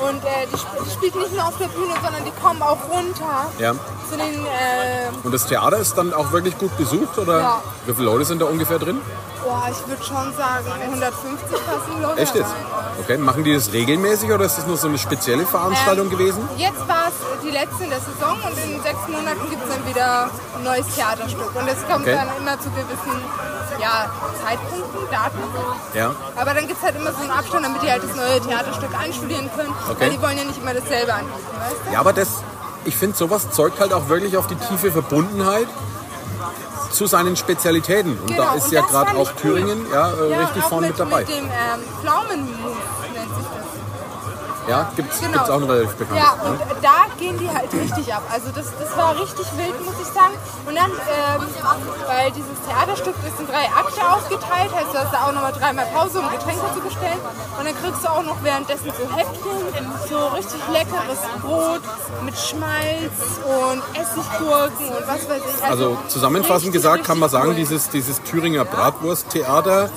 [SPEAKER 2] Und äh, die, sp die spielt nicht nur auf der Bühne, sondern die kommen auch runter
[SPEAKER 3] Ja.
[SPEAKER 2] zu den äh,
[SPEAKER 3] Und das Theater ist dann auch wirklich gut besucht oder?
[SPEAKER 2] Ja.
[SPEAKER 3] Wie viele Leute sind da ungefähr drin?
[SPEAKER 2] boah, ich würde schon sagen, 150 passen Leute
[SPEAKER 3] Echt jetzt?
[SPEAKER 2] rein.
[SPEAKER 3] Okay, machen die das regelmäßig oder ist das nur so eine spezielle Veranstaltung
[SPEAKER 2] Ähm,
[SPEAKER 3] gewesen?
[SPEAKER 2] Jetzt war es die letzte in der Saison und in sechs Monaten gibt es dann wieder ein neues Theaterstück. Und das kommt
[SPEAKER 3] Okay.
[SPEAKER 2] dann immer zu gewissen ja, Zeitpunkten, Daten.
[SPEAKER 3] Ja.
[SPEAKER 2] Aber dann gibt es halt immer so einen Abstand, damit die halt das neue Theaterstück einstudieren können.
[SPEAKER 3] Okay.
[SPEAKER 2] Weil die wollen ja nicht immer dasselbe anbieten, weißt du?
[SPEAKER 3] Ja, aber das, ich finde, sowas zeugt halt auch wirklich auf die tiefe Verbundenheit zu seinen Spezialitäten. Und da
[SPEAKER 2] Genau,
[SPEAKER 3] ist
[SPEAKER 2] und
[SPEAKER 3] ja
[SPEAKER 2] das
[SPEAKER 3] gerade
[SPEAKER 2] fand ich
[SPEAKER 3] auch
[SPEAKER 2] cool.
[SPEAKER 3] Thüringen ja, äh,
[SPEAKER 2] Ja,
[SPEAKER 3] richtig
[SPEAKER 2] auch
[SPEAKER 3] vorne
[SPEAKER 2] mit,
[SPEAKER 3] mit dabei.
[SPEAKER 2] Mit dem ähm, Pflaumenmus nennt sich das.
[SPEAKER 3] Ja, gibt's,
[SPEAKER 2] Genau.
[SPEAKER 3] gibt's auch ein relativ Ne? bekanntes.
[SPEAKER 2] Ja, und da gehen die halt richtig ab. Also das, das war richtig wild, muss ich sagen. Und dann, ähm, weil dieses Theaterstück ist in drei Akte aufgeteilt, heißt, du hast da auch nochmal dreimal Pause, um ein Getränk dazu bestellen. Und dann kriegst du auch noch währenddessen so Häppchen, so richtig leckeres Brot mit Schmalz und Essiggurken und was weiß ich.
[SPEAKER 3] Also zusammenfassend
[SPEAKER 2] richtig,
[SPEAKER 3] gesagt kann man
[SPEAKER 2] richtig
[SPEAKER 3] sagen,
[SPEAKER 2] cool.
[SPEAKER 3] dieses, dieses Thüringer Bratwursttheater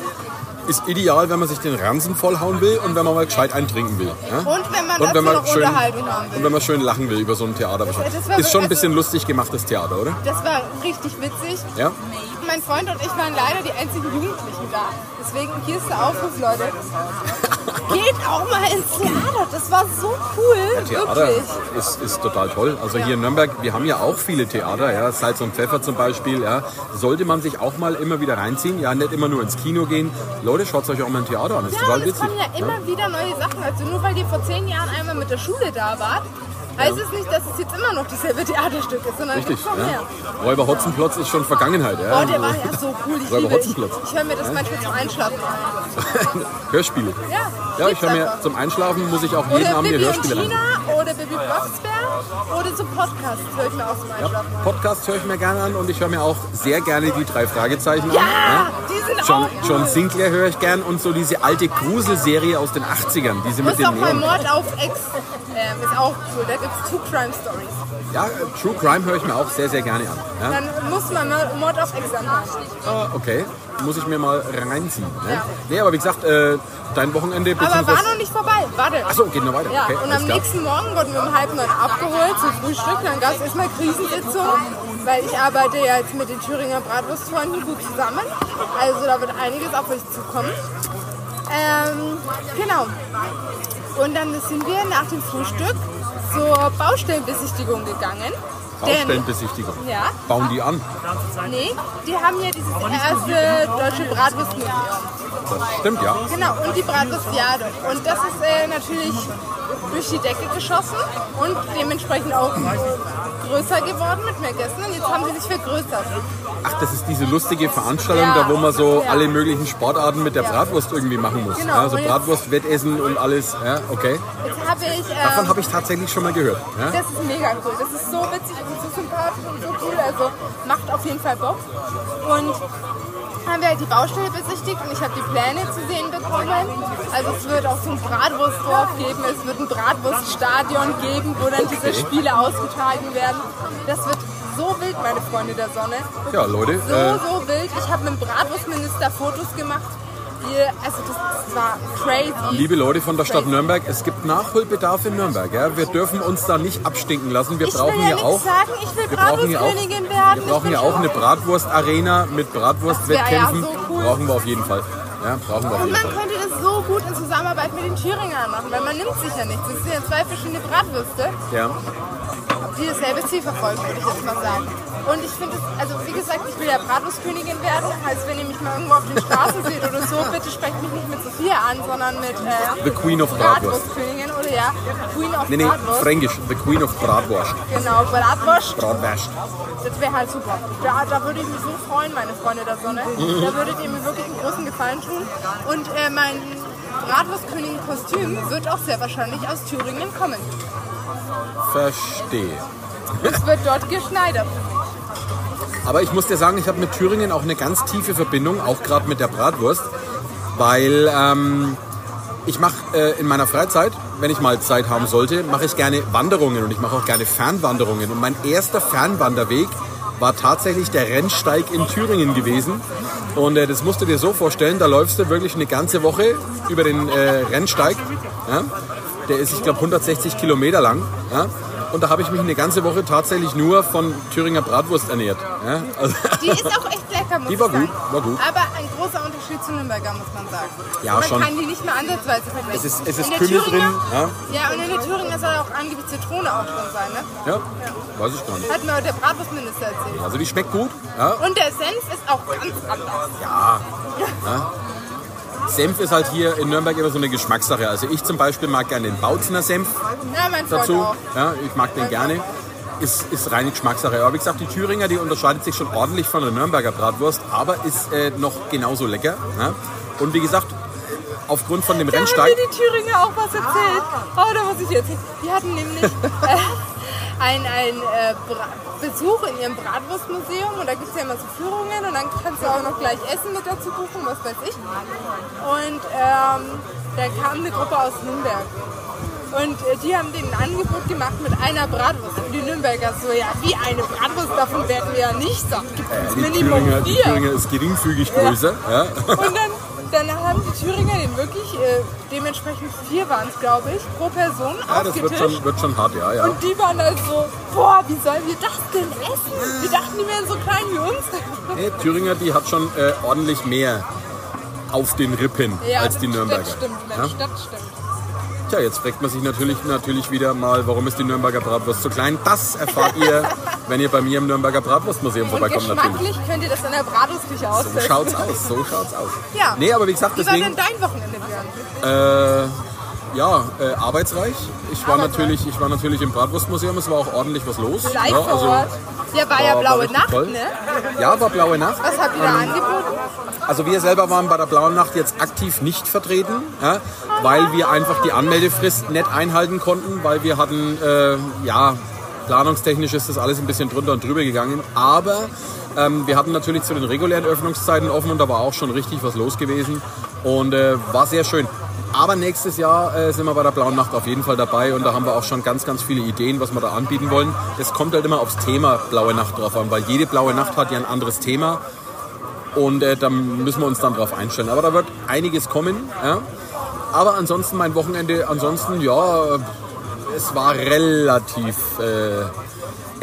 [SPEAKER 3] ist ideal, wenn man sich den Ransen vollhauen will und wenn man mal gescheit eintrinken will. Ja?
[SPEAKER 2] Und wenn man dazu noch
[SPEAKER 3] schön,
[SPEAKER 2] Unterhaltung haben will.
[SPEAKER 3] Und wenn man schön lachen will über so ein Theater. wahrscheinlich.
[SPEAKER 2] das war
[SPEAKER 3] ist schon ein
[SPEAKER 2] also-
[SPEAKER 3] bisschen lustig gemachtes Theater, oder?
[SPEAKER 2] Das war richtig witzig.
[SPEAKER 3] Ja.
[SPEAKER 2] Mein Freund und ich waren leider die einzigen Jugendlichen da. Deswegen hier ist der Aufruf, Leute. Geht auch mal ins Theater. Das war so cool.
[SPEAKER 3] Theater
[SPEAKER 2] wirklich.
[SPEAKER 3] ist, ist total toll. Also hier in Nürnberg, wir haben ja auch viele Theater, ja, Salz und Pfeffer zum Beispiel. Ja. Sollte man sich auch mal immer wieder reinziehen, ja, nicht immer nur ins Kino gehen. Leute, schaut euch auch mal ein Theater an, das ist
[SPEAKER 2] Ja,
[SPEAKER 3] total
[SPEAKER 2] und es
[SPEAKER 3] witzig. ne?
[SPEAKER 2] kommen ja immer wieder neue Sachen. Also nur weil ihr vor zehn Jahren einmal mit der Schule da wart, heißt es nicht, dass es jetzt immer noch dasselbe Theaterstück ist, sondern
[SPEAKER 3] Richtig.
[SPEAKER 2] es kommt mehr.
[SPEAKER 3] Ja. Räuber Hotzenplotz ist schon Vergangenheit. Ja.
[SPEAKER 2] Oh, der war ja so cool. Ich
[SPEAKER 3] Räuber
[SPEAKER 2] liebe Ich,
[SPEAKER 3] Hotzenplotz.
[SPEAKER 2] ich höre mir das manchmal zum Einschlafen an.
[SPEAKER 3] Hörspiele.
[SPEAKER 2] Ja,
[SPEAKER 3] Ja, ich
[SPEAKER 2] lieb's
[SPEAKER 3] höre mir
[SPEAKER 2] einfach.
[SPEAKER 3] zum Einschlafen muss ich auch jeden
[SPEAKER 2] Oder
[SPEAKER 3] Abend die
[SPEAKER 2] Bibi und
[SPEAKER 3] Hörspiele rein.
[SPEAKER 2] Tina oder Bibi Blocksberg oder so Podcasts höre ich mir auch zum Einschlafen
[SPEAKER 3] Ja,
[SPEAKER 2] an.
[SPEAKER 3] Podcast höre ich mir gerne an und ich höre mir auch sehr gerne die drei Fragezeichen an.
[SPEAKER 2] Ja, Ah, Oh, die sind
[SPEAKER 3] John,
[SPEAKER 2] auch cool.
[SPEAKER 3] John Sinclair höre ich gern und so diese alte Gruselserie aus den 80ern, diese mit
[SPEAKER 2] Muss auch
[SPEAKER 3] den
[SPEAKER 2] mal
[SPEAKER 3] Neon.
[SPEAKER 2] Mord auf Ex ähm, ist auch cool. Da gibt es True Crime Stories.
[SPEAKER 3] Ja, äh, True Crime höre ich mir auch sehr, sehr gerne an.
[SPEAKER 2] Dann muss man mal Mord auf Ex anmachen.
[SPEAKER 3] Ja? Äh, Okay, muss ich mir mal reinziehen. Ne?
[SPEAKER 2] Ja.
[SPEAKER 3] Nee, aber wie gesagt, äh, dein Wochenende
[SPEAKER 2] Aber war
[SPEAKER 3] bzw.
[SPEAKER 2] noch nicht vorbei. Warte.
[SPEAKER 3] Achso, geht noch weiter.
[SPEAKER 2] Ja,
[SPEAKER 3] okay,
[SPEAKER 2] und
[SPEAKER 3] alles
[SPEAKER 2] am
[SPEAKER 3] klar.
[SPEAKER 2] nächsten Morgen wurden wir um halb neun abgeholt zum Frühstück. Dann gab es erstmal Krisensitzung, weil ich arbeite ja jetzt mit den Thüringer Bratwurstfreunden gut zusammen. Also da wird einiges auf euch zukommen. Ähm, genau. Und dann sind wir nach dem Frühstück zur Baustellenbesichtigung gegangen. Denn,
[SPEAKER 3] Baustellenbesichtigung.
[SPEAKER 2] ja,
[SPEAKER 3] Bauen die an.
[SPEAKER 2] nee, die haben ja dieses erste deutsche Bratwurstmuseum.
[SPEAKER 3] Das stimmt, ja.
[SPEAKER 2] Genau, und die Bratwurstjade. Und das ist äh, natürlich durch die Decke geschossen und dementsprechend auch äh, größer geworden mit mehr Gästen. Und jetzt haben sie sich vergrößert.
[SPEAKER 3] Ach, das ist diese lustige Veranstaltung,
[SPEAKER 2] Ja.
[SPEAKER 3] da wo man so
[SPEAKER 2] Ja.
[SPEAKER 3] alle möglichen Sportarten mit der Bratwurst irgendwie machen muss.
[SPEAKER 2] Genau.
[SPEAKER 3] Ja, so
[SPEAKER 2] Und jetzt-
[SPEAKER 3] Bratwurst-Wettessen und alles. Ja, okay.
[SPEAKER 2] Jetzt habe ich.
[SPEAKER 3] Davon
[SPEAKER 2] Ähm,
[SPEAKER 3] habe ich tatsächlich schon mal gehört. Ja?
[SPEAKER 2] das ist mega cool. Das ist so witzig und so sympathisch und so cool. Also macht auf jeden Fall Bock. Und haben wir halt die Baustelle besichtigt und ich habe die Pläne zu sehen bekommen. Also es wird auch so ein Bratwurstdorf geben, es wird ein Bratwurststadion geben, wo dann diese Spiele ausgetragen werden. Das wird so wild, meine Freunde der Sonne.
[SPEAKER 3] Ja, Leute,
[SPEAKER 2] So,
[SPEAKER 3] äh,
[SPEAKER 2] so wild. Ich habe mit dem Bratwurstminister Fotos gemacht. Die, also das war crazy.
[SPEAKER 3] Liebe Leute von der Stadt
[SPEAKER 2] Crazy.
[SPEAKER 3] Nürnberg, es gibt Nachholbedarf in Nürnberg. Ja? Wir dürfen uns da nicht abstinken lassen. Wir
[SPEAKER 2] Ich will
[SPEAKER 3] brauchen
[SPEAKER 2] ja
[SPEAKER 3] hier
[SPEAKER 2] nichts
[SPEAKER 3] auch.
[SPEAKER 2] sagen, ich will
[SPEAKER 3] Wir brauchen hier auch,
[SPEAKER 2] Bratwurstkönigin werden.
[SPEAKER 3] wir
[SPEAKER 2] Ich
[SPEAKER 3] brauchen
[SPEAKER 2] bin
[SPEAKER 3] hier auch eine
[SPEAKER 2] schon-
[SPEAKER 3] Bratwurstarena mit Bratwurstwettkämpfen.
[SPEAKER 2] Das wär ja so cool.
[SPEAKER 3] Brauchen wir auf jeden Fall. Ja, brauchen wir auf
[SPEAKER 2] Und
[SPEAKER 3] jeden
[SPEAKER 2] man
[SPEAKER 3] Fall.
[SPEAKER 2] könnte das so gut in Zusammenarbeit mit den Thüringern machen, weil man nimmt sich ja nichts. Das sind ja zwei verschiedene Bratwürste,
[SPEAKER 3] Ja.
[SPEAKER 2] die dasselbe Ziel verfolgen, würde ich jetzt mal sagen. Und ich finde es, also wie gesagt, ich will ja Bratwurstkönigin werden. Heißt, wenn ihr mich mal irgendwo auf den Straßen seht oder so, bitte sprecht mich nicht mit Sophia an, sondern mit äh,
[SPEAKER 3] The Queen of Bratwurst.
[SPEAKER 2] Bratwurstkönigin oder ja, Queen of
[SPEAKER 3] Nee, nee,
[SPEAKER 2] Bratwurst.
[SPEAKER 3] Fränkisch. The Queen of Bratwurst.
[SPEAKER 2] Genau, Bratwurst.
[SPEAKER 3] Bratwurst.
[SPEAKER 2] Das wäre halt super. Da, da würde ich mich so freuen, meine Freunde der Sonne. Da würdet ihr mir wirklich einen großen Gefallen tun. Und äh, mein Bratwurstkönig-Kostüm wird auch sehr wahrscheinlich aus Thüringen kommen.
[SPEAKER 3] Verstehe.
[SPEAKER 2] Es wird dort geschneidert.
[SPEAKER 3] Aber ich muss dir sagen, ich habe mit Thüringen auch eine ganz tiefe Verbindung, auch gerade mit der Bratwurst, weil ähm, ich mache äh, in meiner Freizeit, wenn ich mal Zeit haben sollte, mache ich gerne Wanderungen und ich mache auch gerne Fernwanderungen. Und mein erster Fernwanderweg war tatsächlich der Rennsteig in Thüringen gewesen. Und äh, das musst du dir so vorstellen, da läufst du wirklich eine ganze Woche über den äh, Rennsteig. Ja? Der ist, ich glaube, 160 Kilometer lang. Ja? Und da habe ich mich eine ganze Woche tatsächlich nur von Thüringer Bratwurst ernährt. Ja? Also,
[SPEAKER 2] Die ist auch echt lecker, muss
[SPEAKER 3] Die war
[SPEAKER 2] ich sagen.
[SPEAKER 3] gut, war gut.
[SPEAKER 2] Aber ein großer Unterschied zu Nürnberger, muss man sagen.
[SPEAKER 3] Ja,
[SPEAKER 2] man
[SPEAKER 3] schon.
[SPEAKER 2] kann die nicht mehr ansatzweise vergleichen.
[SPEAKER 3] Es ist- es ist
[SPEAKER 2] In der
[SPEAKER 3] Kümmel drin,
[SPEAKER 2] Thüringer-
[SPEAKER 3] ja.
[SPEAKER 2] Ja, und in der Thüringer soll auch angeblich Zitrone auch drin sein, ne?
[SPEAKER 3] ja, weiß ich gar nicht.
[SPEAKER 2] Hat mir heute der Bratwurstminister erzählt.
[SPEAKER 3] Also die schmeckt gut. Ja?
[SPEAKER 2] Und der Senf ist auch ganz anders.
[SPEAKER 3] Senf ist halt hier in Nürnberg immer so eine Geschmackssache. Also ich zum Beispiel mag gerne den Bautzner Senf
[SPEAKER 2] Ja, mein Freund
[SPEAKER 3] dazu.
[SPEAKER 2] auch.
[SPEAKER 3] Ja, ich mag den gerne. Ist, ist reine Geschmackssache. Aber wie gesagt, die Thüringer, die unterscheidet sich schon ordentlich von der Nürnberger Bratwurst, aber ist äh, noch genauso lecker. Ja? Und wie gesagt, aufgrund von dem
[SPEAKER 2] Da haben
[SPEAKER 3] Rennsteig.
[SPEAKER 2] mir die Thüringer auch was erzählt.
[SPEAKER 3] Ah.
[SPEAKER 2] Oh, da muss ich jetzt hin. Die hatten nämlich äh, einen äh, Bra Besuch in ihrem Bratwurstmuseum und da gibt es ja immer so Führungen und dann kannst du auch noch gleich Essen mit dazu buchen, was weiß ich. Und ähm, da kam eine Gruppe aus Nürnberg. Und äh, die haben denen ein Angebot gemacht mit einer Bratwurst. Und die Nürnberger so, ja, wie eine Bratwurst, davon werden wir ja nicht satt. Gibt uns
[SPEAKER 3] Äh, Die
[SPEAKER 2] Minimum
[SPEAKER 3] Thüringer, die
[SPEAKER 2] vier.
[SPEAKER 3] Thüringer ist geringfügig größer. Ja.
[SPEAKER 2] Und dann, dann haben die Thüringer den wirklich, äh, dementsprechend vier waren es, glaube ich, pro Person
[SPEAKER 3] Ja, das wird
[SPEAKER 2] aufgetischt.
[SPEAKER 3] schon, wird schon hart, ja, ja.
[SPEAKER 2] Und die waren dann so, boah, wie sollen wir das denn essen? Wir dachten, die wären so klein wie uns.
[SPEAKER 3] Hey, Thüringer, die hat schon äh, ordentlich mehr auf den Rippen als die
[SPEAKER 2] das-
[SPEAKER 3] Nürnberger.
[SPEAKER 2] Das stimmt, Mensch,
[SPEAKER 3] Ja?
[SPEAKER 2] das stimmt.
[SPEAKER 3] Tja, jetzt fragt man sich natürlich, natürlich wieder mal, warum ist die Nürnberger Bratwurst so klein? Das erfahrt ihr, wenn ihr bei mir im Nürnberger Bratwurstmuseum
[SPEAKER 2] Und
[SPEAKER 3] vorbeikommt, natürlich.
[SPEAKER 2] geschmacklich könnt ihr das an der Bratwurst
[SPEAKER 3] So
[SPEAKER 2] austesten.
[SPEAKER 3] schaut's aus, so schaut's aus.
[SPEAKER 2] Ja.
[SPEAKER 3] Nee, aber wie gesagt,
[SPEAKER 2] Wie war denn
[SPEAKER 3] deswegen,
[SPEAKER 2] dein Wochenende, Björn?
[SPEAKER 3] äh, ja, äh, arbeitsreich. Ich war,
[SPEAKER 2] Arbeitsreich.
[SPEAKER 3] natürlich, ich war natürlich im Bratwurstmuseum, es war auch ordentlich was los.
[SPEAKER 2] Live
[SPEAKER 3] ja, also-
[SPEAKER 2] vor Ort. Ja, war ja
[SPEAKER 3] war- war
[SPEAKER 2] blaue
[SPEAKER 3] richtig
[SPEAKER 2] Nacht,
[SPEAKER 3] toll.
[SPEAKER 2] ne?
[SPEAKER 3] Ja, war blaue Nacht.
[SPEAKER 2] Was habt ihr da angeboten?
[SPEAKER 3] Also wir selber waren bei der Blauen Nacht jetzt aktiv nicht vertreten, ja, weil wir einfach die Anmeldefrist nicht einhalten konnten, weil wir hatten, äh, ja, planungstechnisch ist das alles ein bisschen drunter und drüber gegangen, aber ähm, wir hatten natürlich zu den regulären Öffnungszeiten offen und da war auch schon richtig was los gewesen und äh, war sehr schön. Aber nächstes Jahr äh, sind wir bei der Blauen Nacht auf jeden Fall dabei und da haben wir auch schon ganz, ganz viele Ideen, was wir da anbieten wollen. Es kommt halt immer aufs Thema Blaue Nacht drauf an, weil jede Blaue Nacht hat ja ein anderes Thema und äh, da müssen wir uns dann drauf einstellen. Aber da wird einiges kommen. Ja? Aber ansonsten mein Wochenende, ansonsten ja, äh, es war relativ äh,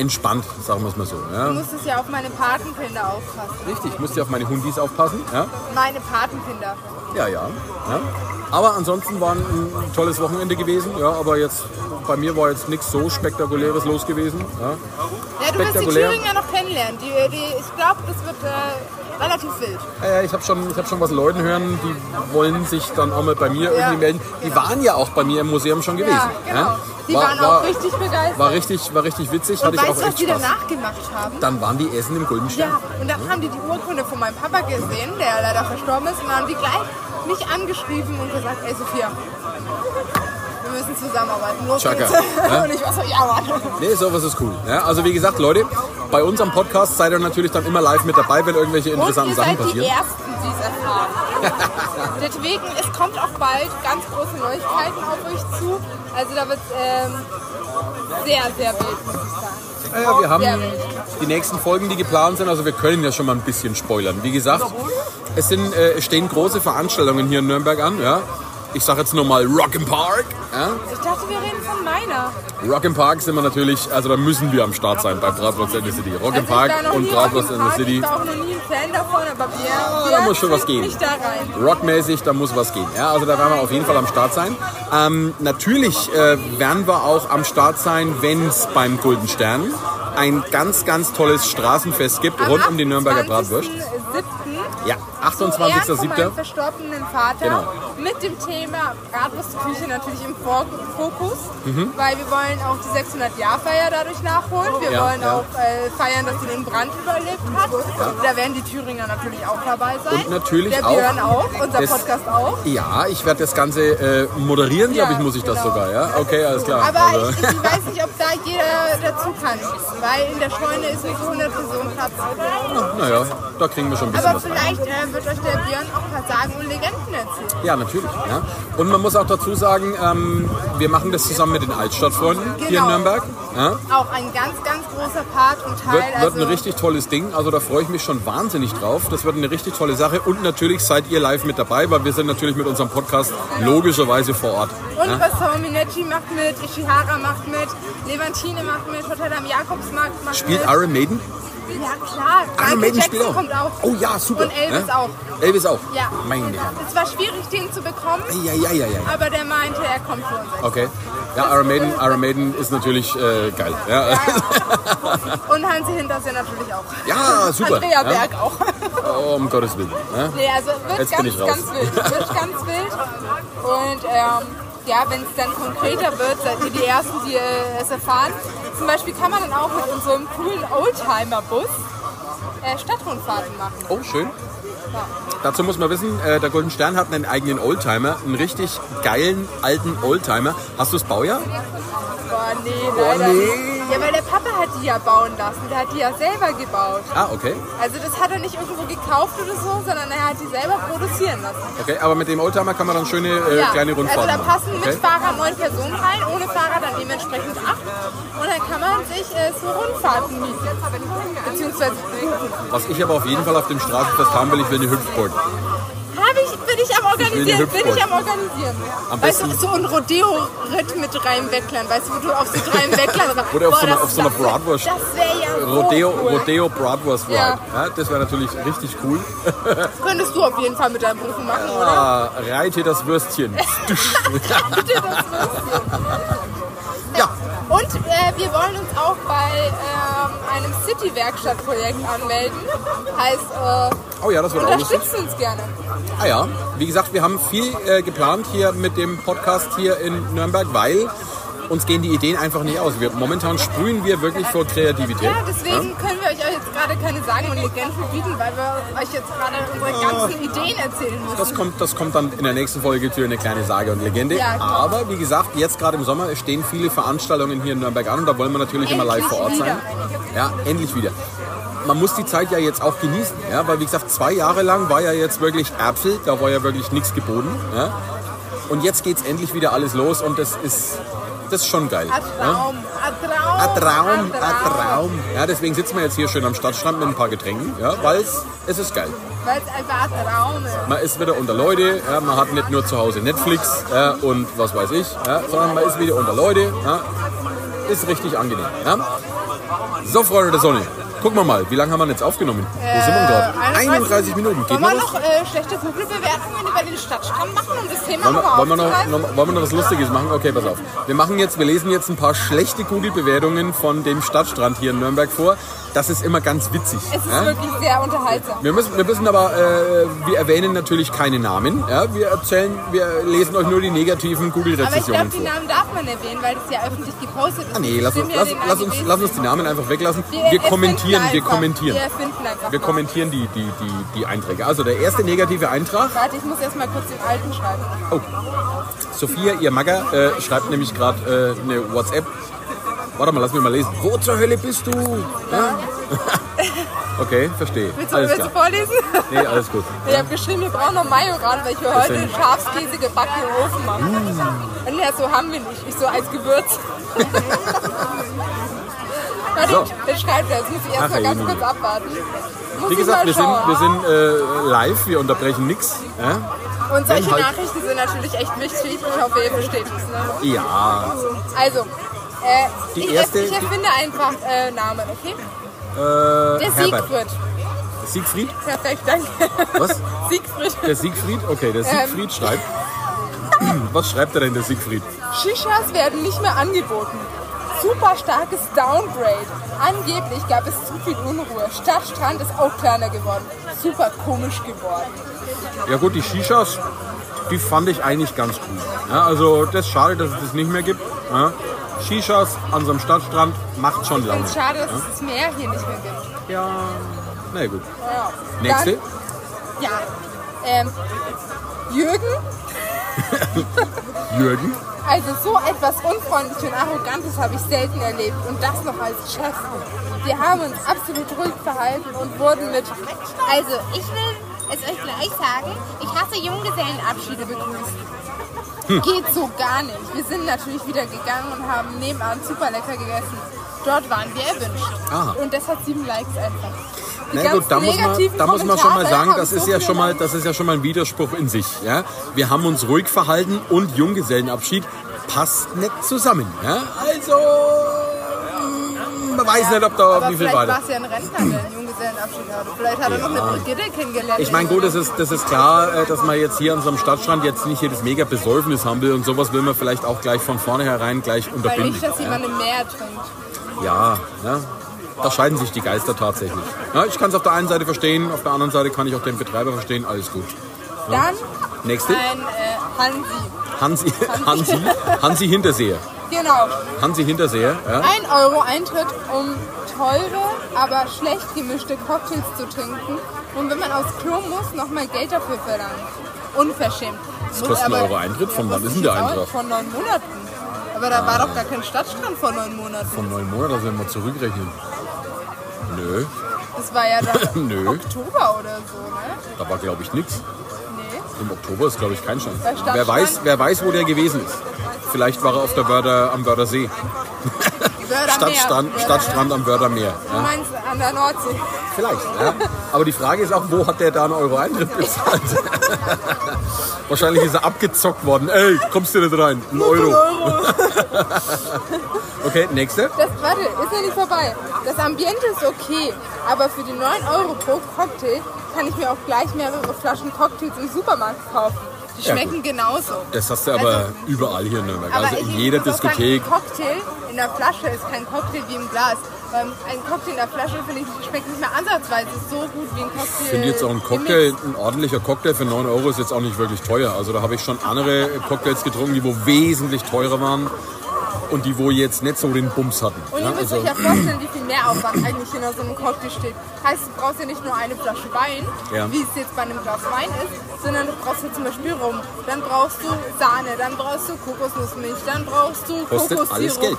[SPEAKER 3] entspannt, sagen wir es mal so.
[SPEAKER 2] Du
[SPEAKER 3] Ja?
[SPEAKER 2] musstest ja auf meine Patenkinder aufpassen.
[SPEAKER 3] Richtig, ich musste auf meine Hundis aufpassen. Ja,
[SPEAKER 2] Meine Patenkinder.
[SPEAKER 3] ja. ja, ja. Aber ansonsten war ein tolles Wochenende gewesen. Ja, aber jetzt bei mir war jetzt nichts so spektakuläres los gewesen.
[SPEAKER 2] Ja,
[SPEAKER 3] Ja?
[SPEAKER 2] du wirst die
[SPEAKER 3] Spektakulär.
[SPEAKER 2] Thüringer noch kennenlernen. Die, die, ich glaube, das wird äh, relativ wild.
[SPEAKER 3] Ja, ja, ich habe schon, ich hab schon was Leuten hören, die wollen sich dann auch mal bei mir irgendwie melden. Die waren ja auch bei mir im Museum schon gewesen.
[SPEAKER 2] Ja, genau.
[SPEAKER 3] ja.
[SPEAKER 2] Die
[SPEAKER 3] War-
[SPEAKER 2] waren
[SPEAKER 3] war-
[SPEAKER 2] auch richtig begeistert.
[SPEAKER 3] War richtig, war richtig witzig,
[SPEAKER 2] und
[SPEAKER 3] hatte ich
[SPEAKER 2] weißt du,
[SPEAKER 3] auch
[SPEAKER 2] was
[SPEAKER 3] echt
[SPEAKER 2] die
[SPEAKER 3] Spaß.
[SPEAKER 2] danach gemacht haben?
[SPEAKER 3] Dann waren die Essen im Goldenstern.
[SPEAKER 2] Ja, und dann haben die die Urkunde von meinem Papa gesehen, der ja leider verstorben ist, und dann haben die gleich mich angeschrieben und gesagt, ey Sophia, wir müssen zusammenarbeiten. Los
[SPEAKER 3] Chaka,
[SPEAKER 2] geht's.
[SPEAKER 3] ja?
[SPEAKER 2] Und ich war so, ja Mann.
[SPEAKER 3] Nee, sowas ist cool. Ja, also wie gesagt, Leute, bei uns am Podcast seid ihr natürlich dann immer live mit dabei, wenn irgendwelche
[SPEAKER 2] Und
[SPEAKER 3] interessanten
[SPEAKER 2] ihr
[SPEAKER 3] Sachen
[SPEAKER 2] seid die
[SPEAKER 3] passieren.
[SPEAKER 2] Ersten, die es erfahren. Deswegen, es kommt auch bald ganz große Neuigkeiten auf euch zu. Also da wird ähm, sehr, sehr wild, muss ich sagen.
[SPEAKER 3] Ja, ja, Äh, wir haben
[SPEAKER 2] Sehr wild.
[SPEAKER 3] die nächsten Folgen, die geplant sind, also wir können ja schon mal ein bisschen spoilern. Wie gesagt, es sind, äh, es stehen große Veranstaltungen hier in Nürnberg an. Ja. Ich sage jetzt nur mal Rock im Park. Ja.
[SPEAKER 2] Also Ich dachte, wir reden von meiner.
[SPEAKER 3] Rock im Park sind wir natürlich, also da müssen wir am Start sein bei Bratwurst in the City. Rock im Park
[SPEAKER 2] Also ich war noch
[SPEAKER 3] und
[SPEAKER 2] nie
[SPEAKER 3] Bratwurst
[SPEAKER 2] auf
[SPEAKER 3] in
[SPEAKER 2] dem
[SPEAKER 3] the
[SPEAKER 2] Park,
[SPEAKER 3] City.
[SPEAKER 2] Ich war auch noch nie ein Fan davon, aber wir, wir
[SPEAKER 3] da muss schon was
[SPEAKER 2] kriegen
[SPEAKER 3] gehen.
[SPEAKER 2] mich da rein.
[SPEAKER 3] rockmäßig, da muss was gehen. Ja, also da werden wir auf jeden Fall am Start sein. Ähm, natürlich äh, werden wir auch am Start sein, wenn es beim Golden Stern ein ganz, ganz tolles Straßenfest gibt rund um die Nürnberger Bratwurst.
[SPEAKER 2] 28.07.
[SPEAKER 3] Ja,
[SPEAKER 2] Zu Ehren von
[SPEAKER 3] 28.07.
[SPEAKER 2] meinem verstorbenen Vater
[SPEAKER 3] Genau.
[SPEAKER 2] mit dem Thema Bratwurstküche natürlich im Vor- Fokus,
[SPEAKER 3] Mhm.
[SPEAKER 2] weil wir wollen auch die 600-Jahr-Feier dadurch nachholen. Wir
[SPEAKER 3] Ja,
[SPEAKER 2] wollen
[SPEAKER 3] ja.
[SPEAKER 2] auch äh, feiern, dass sie den Brand überlebt hat. Da werden die Thüringer natürlich auch dabei sein.
[SPEAKER 3] Und natürlich
[SPEAKER 2] Der
[SPEAKER 3] auch
[SPEAKER 2] Björn auch, unser
[SPEAKER 3] das-
[SPEAKER 2] Podcast auch.
[SPEAKER 3] Ja, ich werde das Ganze äh, moderieren, glaube ich,
[SPEAKER 2] Ja,
[SPEAKER 3] muss ich das
[SPEAKER 2] genau.
[SPEAKER 3] sogar. Ja, okay, alles klar.
[SPEAKER 2] Aber
[SPEAKER 3] Also,
[SPEAKER 2] ich, ich weiß nicht, ob da jeder dazu kann, weil in der Scheune ist nicht 100 Personen Platz.
[SPEAKER 3] naja, da kriegen wir schon ein bisschen
[SPEAKER 2] Aber
[SPEAKER 3] was rein.
[SPEAKER 2] vielleicht äh, wird euch der Björn auch was sagen und Legenden erzählen.
[SPEAKER 3] Ja, natürlich. Ja. Und man muss auch dazu sagen, ähm, wir machen das zusammen mit den Altstadtfreunden hier in
[SPEAKER 2] Genau.
[SPEAKER 3] Nürnberg. Ja.
[SPEAKER 2] Auch ein ganz, ganz großer Part und Teil.
[SPEAKER 3] Wird, wird
[SPEAKER 2] also,
[SPEAKER 3] ein richtig tolles Ding. Also da freue ich mich schon wahnsinnig drauf. Das wird eine richtig tolle Sache. Und natürlich seid ihr live mit dabei, weil wir sind natürlich mit unserem Podcast logischerweise vor Ort.
[SPEAKER 2] und
[SPEAKER 3] Ja?
[SPEAKER 2] Bassau Minetti macht mit, Ishihara macht mit, Levantine macht mit, Hotel am Jakobsmarkt macht
[SPEAKER 3] Spielt
[SPEAKER 2] mit.
[SPEAKER 3] Iron Maiden?
[SPEAKER 2] Ja klar, Michael
[SPEAKER 3] Iron Maiden
[SPEAKER 2] Jackson
[SPEAKER 3] spielt auch.
[SPEAKER 2] kommt auch.
[SPEAKER 3] Oh ja, super.
[SPEAKER 2] Und Elvis
[SPEAKER 3] Ja?
[SPEAKER 2] auch.
[SPEAKER 3] Elvis auch.
[SPEAKER 2] Ja.
[SPEAKER 3] Meine Herren.
[SPEAKER 2] Es war schwierig, den zu bekommen,
[SPEAKER 3] Ja, ja, ja, ja.
[SPEAKER 2] aber der meinte, er kommt für uns.
[SPEAKER 3] Okay. Ja, Iron Maiden, Iron Maiden ist natürlich äh, geil. Ja,
[SPEAKER 2] Ja, ja. Und Hansi Hinterseer natürlich auch.
[SPEAKER 3] Ja, super.
[SPEAKER 2] Andrea
[SPEAKER 3] Ja.
[SPEAKER 2] Berg auch.
[SPEAKER 3] Oh, um Gottes Willen. Ja?
[SPEAKER 2] Nee, also wird
[SPEAKER 3] Jetzt bin
[SPEAKER 2] ganz,
[SPEAKER 3] ich raus.
[SPEAKER 2] ganz wild. Wird ganz wild. Und ähm, ja, wenn es dann konkreter wird, seid ihr die Ersten, die äh, es erfahren. Zum Beispiel kann man dann auch mit unserem coolen Oldtimer-Bus äh, Stadtrundfahrten machen.
[SPEAKER 3] Oh, schön. Dazu muss man wissen, äh, der Golden Stern hat einen eigenen Oldtimer, einen richtig geilen alten Oldtimer. Hast du das Baujahr?
[SPEAKER 2] Boah, Oh, nee, leider
[SPEAKER 3] Oh, nee.
[SPEAKER 2] nicht. Ja, weil der Papa hat die ja bauen lassen. Der hat die ja selber gebaut.
[SPEAKER 3] Ah, okay.
[SPEAKER 2] Also das hat er nicht irgendwo gekauft oder so, sondern er hat die selber produzieren lassen.
[SPEAKER 3] Okay, aber mit dem Oldtimer kann man dann schöne äh,
[SPEAKER 2] Ja.
[SPEAKER 3] kleine
[SPEAKER 2] also
[SPEAKER 3] Rundfahrten
[SPEAKER 2] da passen
[SPEAKER 3] machen.
[SPEAKER 2] mit Fahrer neun Personen rein, ohne Fahrer dann dementsprechend acht. Und dann kann man sich äh, so Rundfahrten mieten. Beziehungsweise buchen.
[SPEAKER 3] Was ich aber auf jeden Fall auf dem Straßenfest haben will, ich will eine Hüpfburg.
[SPEAKER 2] Oh, Hab ich, bin ich am Organisieren,
[SPEAKER 3] Hüpfburg.
[SPEAKER 2] bin ich am Organisieren.
[SPEAKER 3] Am
[SPEAKER 2] weißt du,
[SPEAKER 3] besten-
[SPEAKER 2] so ein Rodeo-Ritt mit drei Wecklern, weißt du, wo du auf so drei Wecklern
[SPEAKER 3] Oder auf so einer-
[SPEAKER 2] das-
[SPEAKER 3] auf so einer Bratwurst.
[SPEAKER 2] Das wäre ja so
[SPEAKER 3] Rodeo,
[SPEAKER 2] cool.
[SPEAKER 3] Rodeo Bratwurst Ride.
[SPEAKER 2] Ja.
[SPEAKER 3] Ja. das wäre natürlich richtig cool.
[SPEAKER 2] Könntest du auf jeden Fall mit deinem Beruf machen, oder?
[SPEAKER 3] Ah, reite das Würstchen.
[SPEAKER 2] Bitte, das wirst du.
[SPEAKER 3] Ja.
[SPEAKER 2] Und äh, wir wollen uns auch bei ähm, einem City-Werkstatt-Projekt anmelden. Heißt,
[SPEAKER 3] Oh ja, das
[SPEAKER 2] äh,
[SPEAKER 3] wird auch lustig.
[SPEAKER 2] unterstützt uns gerne.
[SPEAKER 3] Ah ja, wie gesagt, wir haben viel äh, geplant hier mit dem Podcast hier in Nürnberg, weil uns gehen die Ideen einfach nicht aus. Wir, momentan sprühen wir wirklich vor Kreativität. ne?
[SPEAKER 2] Ja, deswegen können wir euch jetzt gerade keine Sagen und Legenden bieten, weil wir euch jetzt gerade unsere ganzen Ideen erzählen müssen.
[SPEAKER 3] Ah. Das kommt, das kommt dann in der nächsten Folge zu eine kleine Sage und Legende.
[SPEAKER 2] Ja, klar.
[SPEAKER 3] Aber wie gesagt, jetzt gerade im Sommer stehen viele Veranstaltungen hier in Nürnberg an und da wollen wir natürlich immer live
[SPEAKER 2] Endlich
[SPEAKER 3] vor Ort sein. Ja, endlich wieder. Man muss die Zeit ja jetzt auch genießen, ja, weil wie gesagt, zwei Jahre lang war ja jetzt wirklich Erbsel, da war ja wirklich nichts geboten. Ja. Und jetzt geht's endlich wieder alles los und das ist, das ist schon geil.
[SPEAKER 2] Ein
[SPEAKER 3] Ja.
[SPEAKER 2] Traum, ein Traum,
[SPEAKER 3] Ein Traum,
[SPEAKER 2] ein
[SPEAKER 3] ein Traum. Ja, deswegen sitzen wir jetzt hier schön am Stadtstrand mit ein paar Getränken, ja, weil es ist geil.
[SPEAKER 2] Weil es einfach ein Traum ist.
[SPEAKER 3] Man ist wieder unter Leute, ja, man hat nicht nur zu Hause Netflix ja, und was weiß ich, ja, sondern man ist wieder unter Leute. Ja, ist richtig angenehm. Ja. So, Freunde der Sonne, gucken wir mal, wie lange haben wir denn jetzt aufgenommen? Wo sind wir denn gerade? 31, Minuten. Geht
[SPEAKER 2] Äh, Wollen wir
[SPEAKER 3] noch was?
[SPEAKER 2] noch äh, schlechte Google-Bewertungen über den Stadtstrand machen, um das Thema
[SPEAKER 3] Wollen wir,
[SPEAKER 2] nochmal
[SPEAKER 3] wollen, wir noch,
[SPEAKER 2] aufzugreifen?
[SPEAKER 3] noch, wollen wir noch was Lustiges machen? Okay, pass auf. Wir machen jetzt, wir lesen jetzt ein paar schlechte Google-Bewertungen von dem Stadtstrand hier in Nürnberg vor. Das ist immer ganz witzig.
[SPEAKER 2] Es ist
[SPEAKER 3] ja.
[SPEAKER 2] wirklich sehr unterhaltsam.
[SPEAKER 3] Wir müssen, wir müssen aber, äh, wir erwähnen natürlich keine Namen. Ja? Wir erzählen, wir lesen euch nur die negativen
[SPEAKER 2] Aber ich glaube,
[SPEAKER 3] Google-Rezensionen
[SPEAKER 2] die
[SPEAKER 3] vor.
[SPEAKER 2] Namen darf man erwähnen, weil das ja öffentlich gepostet ist.
[SPEAKER 3] Ah, nee, lass uns,
[SPEAKER 2] Stimmen ja
[SPEAKER 3] lass,
[SPEAKER 2] den
[SPEAKER 3] lass,
[SPEAKER 2] AGBs.
[SPEAKER 3] uns, lass uns die Namen einfach weglassen. Wir
[SPEAKER 2] erfinden
[SPEAKER 3] kommentieren, wir
[SPEAKER 2] einfach. Wir
[SPEAKER 3] kommentieren.
[SPEAKER 2] erfinden einfach.
[SPEAKER 3] Wir
[SPEAKER 2] mal.
[SPEAKER 3] kommentieren die, die, die, die Einträge. Also der erste negative Eintrag.
[SPEAKER 2] Warte, ich muss erst mal kurz den alten schreiben.
[SPEAKER 3] Sophia, ihr Magger, äh, schreibt nämlich gerade äh, eine WhatsApp. Warte mal, lass mich mal lesen. Wo zur Hölle bist du? Ja? okay, verstehe.
[SPEAKER 2] Willst du,
[SPEAKER 3] Alles
[SPEAKER 2] willst du
[SPEAKER 3] klar.
[SPEAKER 2] vorlesen?
[SPEAKER 3] Nee, alles gut.
[SPEAKER 2] Ich habe geschrieben, wir brauchen noch Majoran, weil ich will heute
[SPEAKER 3] Deswegen.
[SPEAKER 2] Schafskäse gebacken im Ofen machen.
[SPEAKER 3] Mm.
[SPEAKER 2] Und er so haben wir nicht. Ich so als Gewürz. Warte,
[SPEAKER 3] So.
[SPEAKER 2] dann schreibt er. Jetzt muss ich erst
[SPEAKER 3] Ach,
[SPEAKER 2] mal ganz
[SPEAKER 3] Emily.
[SPEAKER 2] kurz abwarten. Muss
[SPEAKER 3] Wie
[SPEAKER 2] ich
[SPEAKER 3] gesagt,
[SPEAKER 2] mal
[SPEAKER 3] wir sind,
[SPEAKER 2] schauen.
[SPEAKER 3] wir sind äh, live, wir unterbrechen nichts. Ja?
[SPEAKER 2] Und solche
[SPEAKER 3] wenn halt-
[SPEAKER 2] Nachrichten sind natürlich echt wichtig. Ich hoffe, ihr versteht es. Ne?
[SPEAKER 3] Ja,
[SPEAKER 2] Also, äh,
[SPEAKER 3] Die
[SPEAKER 2] ich,
[SPEAKER 3] erste-
[SPEAKER 2] ich erfinde einfach äh, Namen, okay?
[SPEAKER 3] äh,
[SPEAKER 2] Der
[SPEAKER 3] Herbert.
[SPEAKER 2] Siegfried.
[SPEAKER 3] Siegfried?
[SPEAKER 2] Perfekt, danke.
[SPEAKER 3] Was?
[SPEAKER 2] Siegfried.
[SPEAKER 3] Der Siegfried? Okay, der
[SPEAKER 2] Ähm.
[SPEAKER 3] Siegfried schreibt. Was schreibt er denn, der Siegfried?
[SPEAKER 2] Shishas werden nicht mehr angeboten. Super starkes Downgrade. Angeblich gab es zu viel Unruhe. Stadtstrand ist auch kleiner geworden. Super komisch geworden.
[SPEAKER 3] Ja gut, die Shishas, die fand ich eigentlich ganz cool. Ja, also das ist schade, dass es das nicht mehr gibt. Ja, Shishas an so einem Stadtstrand macht schon Laune.
[SPEAKER 2] Und schade, dass es das Meer hier nicht mehr gibt.
[SPEAKER 3] Ja, na ja, gut.
[SPEAKER 2] Ja.
[SPEAKER 3] Nächste?
[SPEAKER 2] Dann, ja. Ähm, Jürgen
[SPEAKER 3] Jürgen?
[SPEAKER 2] Also so etwas Unfreundliches und Arrogantes habe ich selten erlebt und das noch als Chef. Wir haben uns absolut ruhig verhalten und wurden mit
[SPEAKER 5] Also, ich will es euch gleich sagen, ich hasse Junggesellenabschiede begrüßt.
[SPEAKER 3] Hm.
[SPEAKER 2] geht so gar nicht. Wir sind natürlich wieder gegangen und haben nebenan super lecker gegessen. Dort waren wir erwünscht.
[SPEAKER 3] Aha.
[SPEAKER 2] Und das hat sieben Likes einfach. Die
[SPEAKER 3] Na ja,
[SPEAKER 2] ganzen
[SPEAKER 3] gut, da muss, man,
[SPEAKER 2] negativen
[SPEAKER 3] da muss man schon mal
[SPEAKER 2] Kommentare
[SPEAKER 3] sagen,
[SPEAKER 2] haben
[SPEAKER 3] das ist,
[SPEAKER 2] so
[SPEAKER 3] ja
[SPEAKER 2] viele
[SPEAKER 3] schon mal,
[SPEAKER 2] Likes.
[SPEAKER 3] das ist ja schon mal ein Widerspruch in sich. Ja? Wir haben uns ruhig verhalten und Junggesellenabschied passt nicht zusammen. Ja? Also, mm, man weiß nicht, ob da
[SPEAKER 2] Aber
[SPEAKER 3] wie viel
[SPEAKER 2] vielleicht
[SPEAKER 3] weiter.
[SPEAKER 2] war es ja ein Rentner, der einen Junggesellenabschied hatte. Vielleicht hat er noch eine Brigitte kennengelernt.
[SPEAKER 3] Ich meine, gut, das ist, das ist klar, äh, dass man jetzt hier an so einem Stadtstrand jetzt nicht hier das mega Besäufnis haben will und sowas will man vielleicht auch gleich von vornherein gleich
[SPEAKER 2] Weil
[SPEAKER 3] unterbinden.
[SPEAKER 2] nicht, dass jemand im Meer trinkt.
[SPEAKER 3] Ja, ne? da scheiden sich die Geister tatsächlich. Ja, ich kann es auf der einen Seite verstehen, auf der anderen Seite kann ich auch den Betreiber verstehen, alles gut.
[SPEAKER 2] Dann
[SPEAKER 3] Nächste,
[SPEAKER 2] ein äh, Hansi.
[SPEAKER 3] Hansi, Hansi, Hansi Hinterseher.
[SPEAKER 2] Genau.
[SPEAKER 3] Hansi Hinterseher, ja?
[SPEAKER 2] 1 Euro Eintritt, um teure aber schlecht gemischte Cocktails zu trinken und wenn man aufs Klo muss, nochmal Geld dafür verlangen. Unverschämt. Das
[SPEAKER 3] kostet ein Euro Eintritt? Von wann ist denn der Eintritt?
[SPEAKER 2] Von neun Monaten. Aber da war doch gar kein Stadtstrand vor neun Monaten.
[SPEAKER 3] Von neun Monaten, also wenn wir zurückrechnen. Nö,
[SPEAKER 2] Das war ja dann
[SPEAKER 3] Nö.
[SPEAKER 2] Oktober oder so, ne?
[SPEAKER 3] da war glaube ich nichts.
[SPEAKER 2] Nee.
[SPEAKER 3] Im Oktober ist glaube ich kein Stand.
[SPEAKER 2] Bei Stadtstrand-
[SPEAKER 3] Wer weiß, wer weiß, wo der gewesen ist. Vielleicht war er auf der Wörder, am Wördersee.
[SPEAKER 2] Wördermeer.
[SPEAKER 3] Stadtstrand,
[SPEAKER 2] Wörder-
[SPEAKER 3] Stadtstrand am Wördermeer.
[SPEAKER 2] Du
[SPEAKER 3] Ja,
[SPEAKER 2] meinst an der Nordsee.
[SPEAKER 3] vielleicht. Ja. Aber die Frage ist auch, wo hat der da einen Euro Eintritt bezahlt? Wahrscheinlich ist er abgezockt worden. Ey, kommst du nicht rein? Ein Euro. Okay, nächste.
[SPEAKER 2] Das, warte, ist ja nicht vorbei. Das Ambiente ist okay, aber für die 9 Euro pro Cocktail kann ich mir auch gleich mehrere Flaschen Cocktails im Supermarkt kaufen. Die
[SPEAKER 3] Ja,
[SPEAKER 2] schmecken genauso.
[SPEAKER 3] Das hast du aber
[SPEAKER 2] Also-
[SPEAKER 3] überall hier in Nürnberg.
[SPEAKER 2] Aber
[SPEAKER 3] Also
[SPEAKER 2] ich-
[SPEAKER 3] in jeder
[SPEAKER 2] ich muss auch sagen,
[SPEAKER 3] Diskothek.
[SPEAKER 2] Ein Cocktail in der Flasche ist kein Cocktail wie im Glas. Weil ein Cocktail in der Flasche, finde ich, schmeckt nicht mehr ansatzweise so gut wie ein Cocktail.
[SPEAKER 3] Ich finde jetzt auch ein Cocktail, ein ordentlicher Cocktail für 9 Euro ist jetzt auch nicht wirklich teuer. Also da habe ich schon andere Cocktails getrunken, die wo wesentlich teurer waren und die wo jetzt nicht so den Bums hatten.
[SPEAKER 2] Und
[SPEAKER 3] Ja,
[SPEAKER 2] ihr müsst
[SPEAKER 3] also,
[SPEAKER 2] euch ja vorstellen, wie viel Mehraufwand eigentlich hinter so einem Cocktail steht. Heißt, du brauchst ja nicht nur eine Flasche Wein,
[SPEAKER 3] Ja.
[SPEAKER 2] wie es jetzt bei einem Glas Wein ist, sondern du brauchst ja zum Beispiel Rum, dann brauchst du Sahne, dann brauchst du Kokosnussmilch, dann brauchst du
[SPEAKER 3] Kostet
[SPEAKER 2] Kokossirup.
[SPEAKER 3] alles Geld.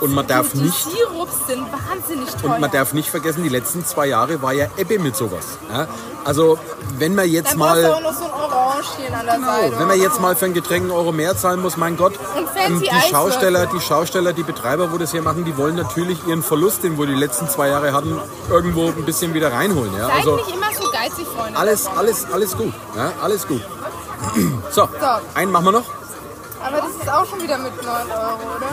[SPEAKER 3] Und man darf
[SPEAKER 2] die
[SPEAKER 3] nicht-
[SPEAKER 2] Die Sirups sind wahnsinnig teuer.
[SPEAKER 3] und man darf nicht vergessen, die letzten zwei Jahre war ja Ebbe mit sowas. Ja? Also wenn man jetzt
[SPEAKER 2] dann brauchst du auch
[SPEAKER 3] mal...
[SPEAKER 2] noch so ein Orangchen an der Seite.
[SPEAKER 3] Genau, wenn man jetzt mal für ein Getränk einen Euro mehr zahlen muss, mein Gott, ähm,
[SPEAKER 2] Und fancy
[SPEAKER 3] die
[SPEAKER 2] Eiswürfel.
[SPEAKER 3] Schausteller, die Schausteller, die Betreiber, wo das hier machen, die wollen natürlich ihren Verlust, den wir die letzten zwei Jahre hatten, irgendwo ein bisschen wieder reinholen. Ja?
[SPEAKER 2] Seid
[SPEAKER 3] Also,
[SPEAKER 2] nicht immer so geizig, Freunde.
[SPEAKER 3] Alles, alles, alles gut. Ja, alles gut. So, einen machen wir noch.
[SPEAKER 2] Aber das ist auch schon wieder mit 9 Euro, oder?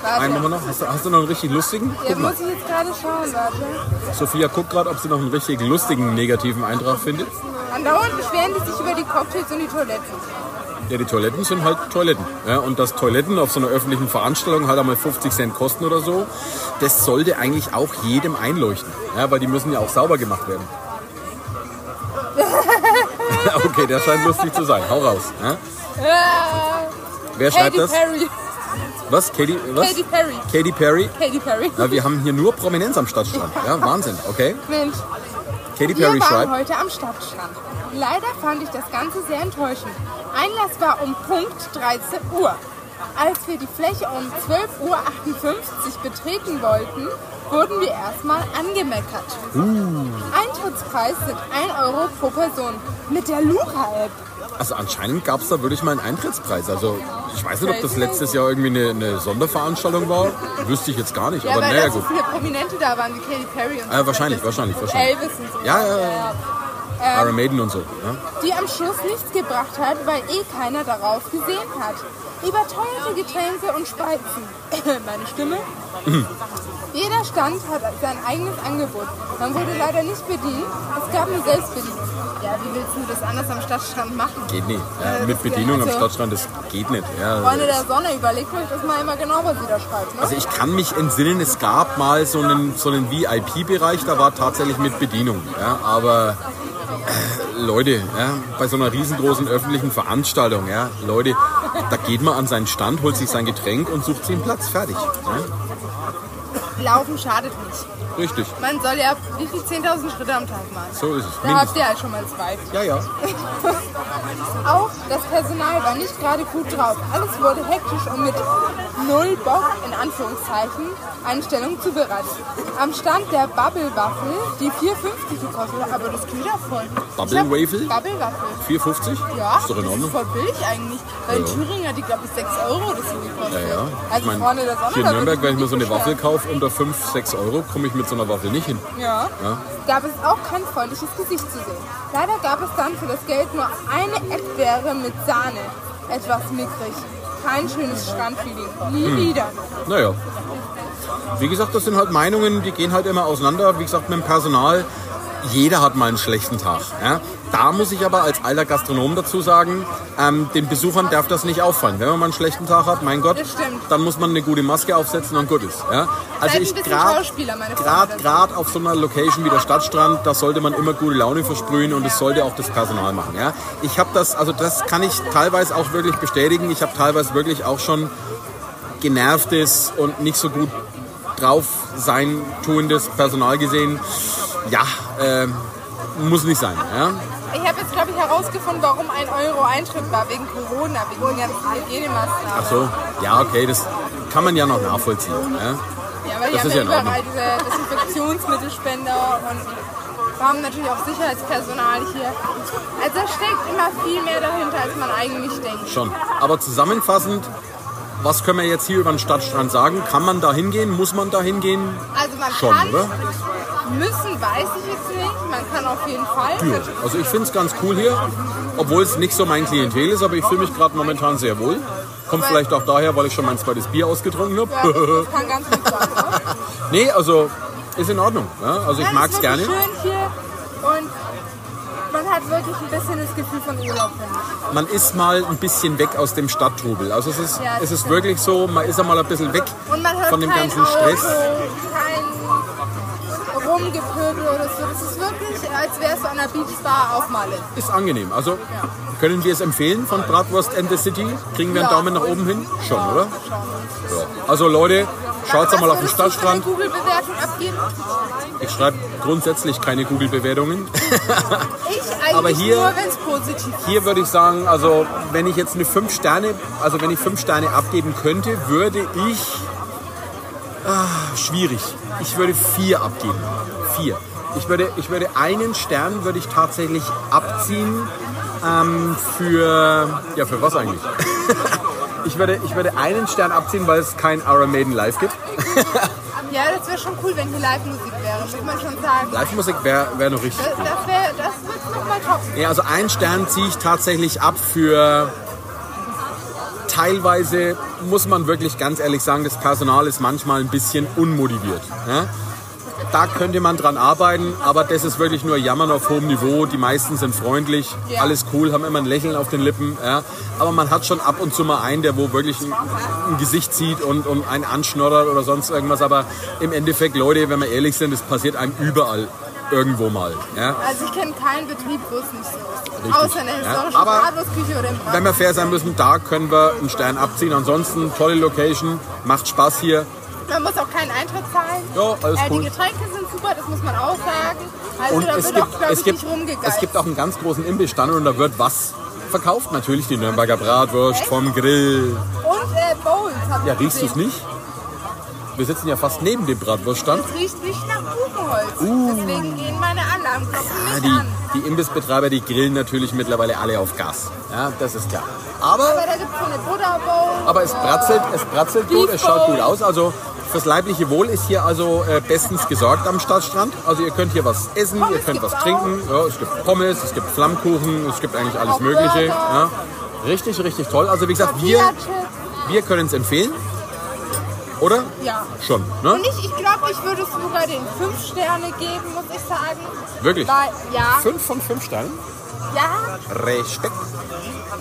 [SPEAKER 2] Warte.
[SPEAKER 3] Einen machen wir noch. Hast du, hast du noch einen richtig lustigen?
[SPEAKER 2] Ja,
[SPEAKER 3] Guck mal.
[SPEAKER 2] muss ich jetzt gerade schauen, warte.
[SPEAKER 3] Sophia guckt gerade, ob sie noch einen richtig lustigen negativen Eintrag findet.
[SPEAKER 2] Andauernd beschweren die sich über die Cocktails und die Toiletten.
[SPEAKER 3] Ja, die Toiletten sind halt Toiletten. Ja, und dass Toiletten auf so einer öffentlichen Veranstaltung halt einmal 50 Cent kosten oder so, das sollte eigentlich auch jedem einleuchten. Ja, weil die müssen ja auch sauber gemacht werden. okay, der scheint lustig zu sein. Hau raus. Ja.
[SPEAKER 2] Ah,
[SPEAKER 3] Wer schreibt
[SPEAKER 2] Katy
[SPEAKER 3] das?
[SPEAKER 2] Perry.
[SPEAKER 3] Was? Katy, was?
[SPEAKER 2] Katy Perry.
[SPEAKER 3] Katy Perry?
[SPEAKER 2] Katy Perry.
[SPEAKER 3] Ja, wir haben hier nur Prominenz am Stadtstrand. Ja, Wahnsinn, okay?
[SPEAKER 2] Mensch,
[SPEAKER 3] Katy
[SPEAKER 2] wir
[SPEAKER 3] Perry
[SPEAKER 2] waren
[SPEAKER 3] schreibt.
[SPEAKER 2] heute am Stadtstrand. Leider fand ich das Ganze sehr enttäuschend. Einlass war um Punkt 13 Uhr. Als wir die Fläche um 12.58 Uhr betreten wollten, wurden wir erstmal angemeckert.
[SPEAKER 3] Uh.
[SPEAKER 2] Eintrittspreis sind 1 Euro pro Person. Mit der Lura-App.
[SPEAKER 3] Also anscheinend gab es da wirklich mal einen Eintrittspreis. Also ich weiß nicht, ob das letztes Jahr irgendwie eine, eine Sonderveranstaltung war. Wüsste ich jetzt gar nicht,
[SPEAKER 2] Ja,
[SPEAKER 3] aber
[SPEAKER 2] weil
[SPEAKER 3] naja
[SPEAKER 2] da so
[SPEAKER 3] gut.
[SPEAKER 2] viele Prominente da waren, wie Katy Perry und so.
[SPEAKER 3] Ah, wahrscheinlich, wahrscheinlich, wahrscheinlich.
[SPEAKER 2] Elvis und so.
[SPEAKER 3] Ja, ja, ja.
[SPEAKER 2] ähm,
[SPEAKER 3] Iron Maiden und so. Ja?
[SPEAKER 2] Die am Schluss nichts gebracht hat, weil eh keiner darauf gesehen hat. Überteuerte Getränke und Speizen. Meine Stimme.
[SPEAKER 3] Mhm.
[SPEAKER 2] Jeder Stand hat sein eigenes Angebot. Man wurde leider nicht bedient. Es gab nur Selbstbedienung. Ja, wie willst du das anders am Stadtstrand machen?
[SPEAKER 3] Geht nicht.
[SPEAKER 2] Ja,
[SPEAKER 3] Ja,
[SPEAKER 2] das
[SPEAKER 3] mit Bedienung am
[SPEAKER 2] geht also.
[SPEAKER 3] Stadtstrand, das geht nicht.
[SPEAKER 2] Freunde
[SPEAKER 3] Ja.
[SPEAKER 2] der Sonne, überlegt euch das mal immer genau, was ihr da schreibt. Ne?
[SPEAKER 3] Also ich kann mich entsinnen, es gab mal so einen, so einen VIP-Bereich, da war tatsächlich mit Bedienung. Ja? Aber äh, Leute, ja, bei so einer riesengroßen öffentlichen Veranstaltung, ja, Leute, da geht man an seinen Stand, holt sich sein Getränk und sucht sich einen Platz. Fertig. Ja? Also-
[SPEAKER 2] Laufen schadet nicht.
[SPEAKER 3] Richtig.
[SPEAKER 2] Man soll ja wie viel 10.000 Schritte am Tag machen.
[SPEAKER 3] So ist es.
[SPEAKER 2] Da habt
[SPEAKER 3] Mindestens.
[SPEAKER 2] ihr halt schon mal zwei.
[SPEAKER 3] Ja, ja.
[SPEAKER 2] Auch das Personal war nicht gerade gut drauf. Alles wurde hektisch und mit null Bock, in Anführungszeichen, Einstellung zubereitet. Am Stand der Bubble Waffel, die 4,50 gekostet hat, aber das geht ja voll.
[SPEAKER 3] Bubble Waffel?
[SPEAKER 2] Bubble Waffel.
[SPEAKER 3] 4,50?
[SPEAKER 2] Ja,
[SPEAKER 3] Ist doch in
[SPEAKER 2] das ist
[SPEAKER 3] Ordnung.
[SPEAKER 2] voll billig eigentlich. Weil in Thüringen hat die, glaube ich, 6 Euro das so gekostet.
[SPEAKER 3] Ja, ja. Ich
[SPEAKER 2] Also
[SPEAKER 3] meine,
[SPEAKER 2] vorne das
[SPEAKER 3] hier in Nürnberg, wenn ich mir so eine Waffel kaufe, unter 5, 6 Euro, komme ich mit so einer Waffel nicht hin.
[SPEAKER 2] Ja.
[SPEAKER 3] Ja.
[SPEAKER 2] Gab es auch kein freundliches Gesicht zu sehen. Leider gab es dann für das Geld nur eine Erdbeere mit Sahne. Etwas mickrig. Kein schönes Strandfeeling. Nie
[SPEAKER 3] Hm.
[SPEAKER 2] wieder.
[SPEAKER 3] Naja. Wie gesagt, das sind halt Meinungen, die gehen halt immer auseinander. Wie gesagt, mit dem Personal, jeder hat mal einen schlechten Tag. Ja? Da muss ich aber als alter Gastronom dazu sagen, ähm, den Besuchern darf das nicht auffallen. Wenn man mal einen schlechten Tag hat, mein Gott,
[SPEAKER 2] Das stimmt.
[SPEAKER 3] dann muss man eine gute Maske aufsetzen und gut ist. Ja? Also
[SPEAKER 2] Seid
[SPEAKER 3] ich
[SPEAKER 2] ein bisschen
[SPEAKER 3] grad,
[SPEAKER 2] Schauspieler, meine
[SPEAKER 3] grad,
[SPEAKER 2] Freunde.
[SPEAKER 3] grad auf so einer Location wie der Stadtstrand, da sollte man immer gute Laune versprühen und es sollte auch das Personal machen. Ja? Ich habe das, also das kann ich teilweise auch wirklich bestätigen. Ich habe teilweise wirklich auch schon genervtes und nicht so gut drauf sein tuendes Personal gesehen. Ja, ähm, muss nicht sein. Ja?
[SPEAKER 2] Ich habe jetzt, glaube ich, herausgefunden, warum ein Euro Eintritt war. Wegen Corona, wegen den ganzen Hygienemaßnahmen.
[SPEAKER 3] Ach so, ja, okay, das kann man ja noch nachvollziehen. Ja?
[SPEAKER 2] Ja, weil die
[SPEAKER 3] das
[SPEAKER 2] haben
[SPEAKER 3] ist
[SPEAKER 2] ja
[SPEAKER 3] ja in Ordnung.
[SPEAKER 2] überall diese Desinfektionsmittelspender und wir haben natürlich auch Sicherheitspersonal hier. Also es steckt immer viel mehr dahinter, als man eigentlich denkt.
[SPEAKER 3] Schon. Aber zusammenfassend, was können wir jetzt hier über den Stadtstrand sagen? Kann man da hingehen? Muss man da hingehen?
[SPEAKER 2] Also man
[SPEAKER 3] Schon,
[SPEAKER 2] kann,
[SPEAKER 3] oder?
[SPEAKER 2] müssen weiß ich jetzt nicht, man kann auf jeden Fall.
[SPEAKER 3] Ja. Also ich finde es ganz cool hier, obwohl es nicht so mein Klientel ist, aber ich fühle mich gerade momentan sehr wohl. Kommt vielleicht auch daher, weil ich schon mein zweites Bier ausgetrunken
[SPEAKER 2] Ja,
[SPEAKER 3] habe.
[SPEAKER 2] das kann ganz gut sein. oder?
[SPEAKER 3] nee, also ist in Ordnung. Ja? Also ich
[SPEAKER 2] Ja,
[SPEAKER 3] mag es
[SPEAKER 2] ist
[SPEAKER 3] gerne.
[SPEAKER 2] wirklich schön hier und man hat wirklich ein bisschen das Gefühl von Urlaub, finde ich.
[SPEAKER 3] Man ist mal ein bisschen weg aus dem Stadttrubel. Also es ist,
[SPEAKER 2] Ja, das
[SPEAKER 3] es ist
[SPEAKER 2] stimmt.
[SPEAKER 3] wirklich so, man ist einmal ein bisschen weg
[SPEAKER 2] Und man hört
[SPEAKER 3] von dem
[SPEAKER 2] kein
[SPEAKER 3] ganzen
[SPEAKER 2] Auto,
[SPEAKER 3] Stress.
[SPEAKER 2] kein Rumgepöbel oder so. Das ist wirklich, als wärst du an einer Beachbar auf Malle.
[SPEAKER 3] Ist angenehm. Also können wir es empfehlen von Bratwurst and the City? Kriegen wir einen
[SPEAKER 2] Ja.
[SPEAKER 3] Daumen nach oben hin? Schon, oder?
[SPEAKER 2] Schauen.
[SPEAKER 3] Also Leute, schaut mal auf den
[SPEAKER 2] Was würdest du für eine
[SPEAKER 3] Stadtstrand.
[SPEAKER 2] Google-Bewertung abgeben?
[SPEAKER 3] Ich schreibe grundsätzlich keine Google-Bewertungen.
[SPEAKER 2] Ich eigentlich
[SPEAKER 3] Aber hier-
[SPEAKER 2] nur, wenn es positiv ist.
[SPEAKER 3] Hier würde ich sagen, also wenn ich jetzt eine 5 Sterne, also wenn ich 5 Sterne abgeben könnte, würde ich ah, schwierig. Ich würde 4 abgeben. 4. Ich würde, ich würde einen Stern würde ich tatsächlich abziehen ähm, für ja für was eigentlich? ich würde, ich würde einen Stern abziehen, weil es kein Iron Maiden Live gibt.
[SPEAKER 2] Ja, das wäre schon cool, wenn hier Live-Musik wäre, muss man schon sagen. Das,
[SPEAKER 3] Live-Musik wäre wär noch richtig.
[SPEAKER 2] das, wär, das wird nochmal top.
[SPEAKER 3] Ja, also einen Stern ziehe ich tatsächlich ab für teilweise, muss man wirklich ganz ehrlich sagen, das Personal ist manchmal ein bisschen unmotiviert. Ne? Da könnte man dran arbeiten, aber das ist wirklich nur Jammern auf hohem Niveau. Die meisten sind freundlich,
[SPEAKER 2] Ja.
[SPEAKER 3] alles cool, haben immer ein Lächeln auf den Lippen. Ja? Aber man hat schon ab und zu mal einen, der wo wirklich ein, ein Gesicht zieht und, und einen anschnoddert oder sonst irgendwas. Aber im Endeffekt, Leute, wenn wir ehrlich sind, das passiert einem überall irgendwo mal. Ja?
[SPEAKER 2] Also ich kenne keinen Betrieb, wo es nicht so ist.
[SPEAKER 3] Richtig,
[SPEAKER 2] Außer in der
[SPEAKER 3] ja.
[SPEAKER 2] historischen
[SPEAKER 3] Aber-
[SPEAKER 2] Bratwurstküche oder im Brat.
[SPEAKER 3] Wenn wir fair sein müssen, da können wir einen Stern abziehen. Ansonsten tolle Location, macht Spaß hier.
[SPEAKER 2] Man muss auch keinen Eintritt zahlen.
[SPEAKER 3] Ja, alles
[SPEAKER 2] äh,
[SPEAKER 3] cool.
[SPEAKER 2] Die Getränke sind super, das muss man auch sagen. Also
[SPEAKER 3] Und
[SPEAKER 2] da
[SPEAKER 3] es
[SPEAKER 2] wird
[SPEAKER 3] gibt,
[SPEAKER 2] auch, glaube ich,
[SPEAKER 3] es, gibt,
[SPEAKER 2] nicht rumgegangen.
[SPEAKER 3] es gibt auch einen ganz großen Imbissstand und da wird was verkauft. Natürlich die Nürnberger Bratwurst
[SPEAKER 2] Echt?
[SPEAKER 3] vom Grill.
[SPEAKER 2] Und äh, Bowls hab
[SPEAKER 3] Ja,
[SPEAKER 2] ich
[SPEAKER 3] riechst du es
[SPEAKER 2] gesehen.
[SPEAKER 3] nicht? Wir sitzen ja fast neben dem Bratwurststand.
[SPEAKER 2] Es riecht nicht nach Buchenholz. Deswegen gehen meine Alarmglocken nicht
[SPEAKER 3] Ja, Uh. Ah, die,
[SPEAKER 2] an.
[SPEAKER 3] die Imbissbetreiber, die grillen natürlich mittlerweile alle auf Gas. Ja, das ist klar. Aber
[SPEAKER 2] Aber da gibt es so eine Buddha-Bowl.
[SPEAKER 3] Aber es bratzelt, es bratzelt gut, es schaut gut aus. Also fürs leibliche Wohl ist hier also äh, bestens gesorgt am Stadtstrand. Also ihr könnt hier was essen, ihr
[SPEAKER 2] Pommes
[SPEAKER 3] könnt was
[SPEAKER 2] gibt's
[SPEAKER 3] trinken. Ja, es gibt Pommes, es gibt Flammkuchen, es gibt eigentlich alles
[SPEAKER 2] Auch
[SPEAKER 3] Mögliche.
[SPEAKER 2] Burger.
[SPEAKER 3] Ja. Richtig, richtig toll. Also wie gesagt, wir, wir können es empfehlen. Oder?
[SPEAKER 2] Ja.
[SPEAKER 3] Schon, ne?
[SPEAKER 2] Und ich, ich glaube, ich würde es sogar den 5 Sterne geben, muss ich sagen.
[SPEAKER 3] Wirklich?
[SPEAKER 2] Weil, ja,
[SPEAKER 3] Fünf von fünf Sternen.
[SPEAKER 2] ja,
[SPEAKER 3] Respekt.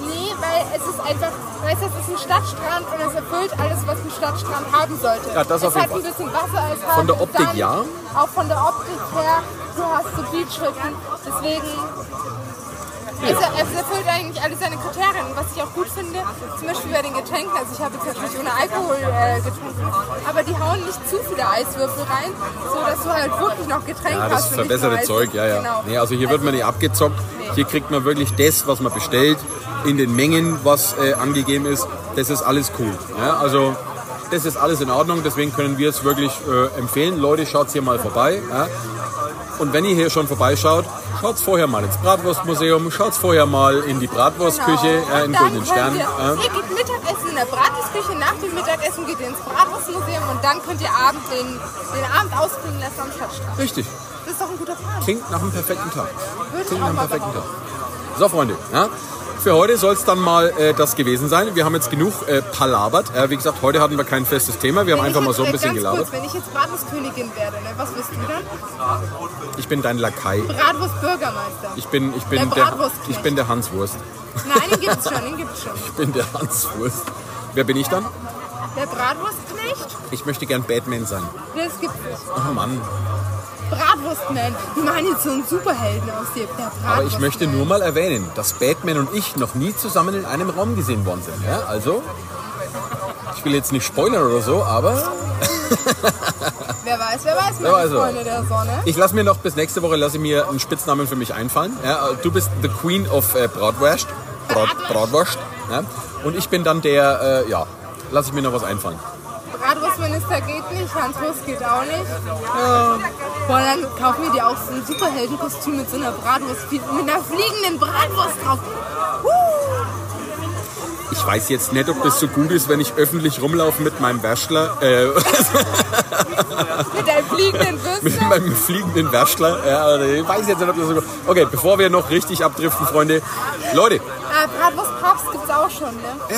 [SPEAKER 2] nee, weil es ist einfach, weißt du, es ist ein Stadtstrand und es erfüllt alles, was ein Stadtstrand haben sollte.
[SPEAKER 3] Ja, das
[SPEAKER 2] es
[SPEAKER 3] auf jeden
[SPEAKER 2] hat
[SPEAKER 3] Fall.
[SPEAKER 2] ein bisschen Wasser als
[SPEAKER 3] Von der Optik,
[SPEAKER 2] Sand,
[SPEAKER 3] ja.
[SPEAKER 2] Auch von der Optik her, du hast so Beachrippen, deswegen... Es, es erfüllt eigentlich alle seine Kriterien. Und Was ich auch gut finde, zum Beispiel bei den Getränken, also ich habe jetzt natürlich ohne Alkohol äh, getrunken, aber die hauen nicht zu viele Eiswürfel rein, sodass du halt wirklich noch Getränk
[SPEAKER 3] Ja, Ah, das
[SPEAKER 2] hast.
[SPEAKER 3] ist
[SPEAKER 2] und nicht nur
[SPEAKER 3] verbesserte
[SPEAKER 2] Eis.
[SPEAKER 3] Zeug, ja, ja.
[SPEAKER 2] Genau.
[SPEAKER 3] Nee, also hier wird man nicht abgezockt. Hier kriegt man wirklich das, was man bestellt, in den Mengen, was äh, angegeben ist. Das ist alles cool. Ja, also das ist alles in Ordnung, deswegen können wir es wirklich äh, empfehlen. Leute, schaut hier mal vorbei. Ja. Und wenn ihr hier schon vorbeischaut, schaut vorher mal ins Bratwurstmuseum, schaut vorher mal in die Bratwurstküche
[SPEAKER 2] Genau.
[SPEAKER 3] äh, in
[SPEAKER 2] Und dann
[SPEAKER 3] Goldenen Stern. ähm.
[SPEAKER 2] könnt Ihr,
[SPEAKER 3] Ja.
[SPEAKER 2] ihr geht Mittagessen in der Bratwurstküche, nach dem Mittagessen geht ihr ins Bratwurstmuseum und dann könnt ihr Abend den, den Abend ausklingen lassen am Stadtstrand.
[SPEAKER 3] Richtig,
[SPEAKER 2] Das ist doch ein guter Plan.
[SPEAKER 3] klingt nach einem perfekten Tag.
[SPEAKER 2] Würde ich
[SPEAKER 3] Klingt
[SPEAKER 2] auch
[SPEAKER 3] nach einem
[SPEAKER 2] mal
[SPEAKER 3] perfekten Tag.
[SPEAKER 2] behaupten.
[SPEAKER 3] So, Freunde, ja, für heute soll es dann mal äh, das gewesen sein. Wir haben jetzt genug äh, palabert. Äh, wie gesagt, heute hatten wir kein festes Thema. Wir haben
[SPEAKER 2] Wenn
[SPEAKER 3] einfach
[SPEAKER 2] ich
[SPEAKER 3] mal
[SPEAKER 2] jetzt,
[SPEAKER 3] so ein
[SPEAKER 2] äh,
[SPEAKER 3] bisschen
[SPEAKER 2] ganz
[SPEAKER 3] gelabert.
[SPEAKER 2] Kurz, wenn ich jetzt Bratwurstkönigin werde, ne, was wirst du dann?
[SPEAKER 3] Ich bin dein Lakai.
[SPEAKER 2] Bratwurstbürgermeister.
[SPEAKER 3] Ich bin, ich bin
[SPEAKER 2] Der
[SPEAKER 3] der,
[SPEAKER 2] Bratwurstknecht.
[SPEAKER 3] ich bin der Hanswurst.
[SPEAKER 2] Nein, den gibt's schon, den gibt's schon.
[SPEAKER 3] Ich bin der Hanswurst. Wer bin ich dann?
[SPEAKER 2] Der Bratwurstknecht,
[SPEAKER 3] Ich möchte gern Batman sein.
[SPEAKER 2] das gibt's nicht.
[SPEAKER 3] Oh Mann.
[SPEAKER 2] Bratwurstman, die machen jetzt so einen Superhelden aus dir. Der
[SPEAKER 3] Aber
[SPEAKER 2] Bratwurstman.
[SPEAKER 3] ich möchte nur mal erwähnen, dass Batman und ich noch nie zusammen in einem Raum gesehen worden sind. Ja, also, ich will jetzt nicht spoilern oder so, aber
[SPEAKER 2] Wer weiß, wer weiß, meine
[SPEAKER 3] weiß, wer
[SPEAKER 2] Freunde der Sonne.
[SPEAKER 3] Ich lasse mir noch bis nächste Woche lasse ich mir einen Spitznamen für mich einfallen. Ja, du bist the Queen of äh, Bratwurst. Brat, Bratwurst. Ja? Und ich bin dann der, äh, ja, lasse ich mir noch was einfallen.
[SPEAKER 2] Bratwurstminister geht nicht, Hans Wurst geht auch nicht. Ja. Boah, dann kaufen wir dir auch so ein Superheldenkostüm mit so einer Bratwurst, mit einer fliegenden Bratwurst drauf. Huh.
[SPEAKER 3] Ich weiß jetzt nicht, ob das so gut ist, wenn ich öffentlich rumlaufe mit meinem Wäschler, äh,
[SPEAKER 2] Mit einem fliegenden
[SPEAKER 3] mit
[SPEAKER 2] Würstchen.
[SPEAKER 3] meinem fliegenden Wäschler. Ja, also ich weiß jetzt nicht, ob das so gut Okay, bevor wir noch richtig abdriften, Freunde. Leute,
[SPEAKER 2] Ah, Bratwurst-Papst gibt's auch schon, ne?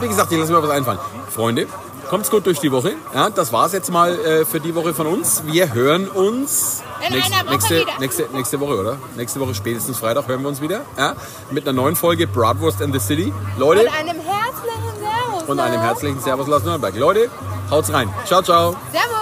[SPEAKER 3] wie gesagt, ich lasse mir was einfallen. Freunde, kommt's gut durch die Woche. Ja, das war's jetzt mal äh, für die Woche von uns. Wir hören uns
[SPEAKER 5] In
[SPEAKER 3] nächst-
[SPEAKER 5] einer Woche
[SPEAKER 3] nächste,
[SPEAKER 5] wieder.
[SPEAKER 3] Nächste, nächste Woche, oder? Nächste Woche spätestens Freitag hören wir uns wieder. Ja, mit einer neuen Folge Bratwurst and the City. Leute,
[SPEAKER 2] Mit einem herzlichen Servus. ne?
[SPEAKER 3] und einem herzlichen Servus, Lars Nürnberg. Leute, haut's rein. Ciao, ciao.
[SPEAKER 5] Servus!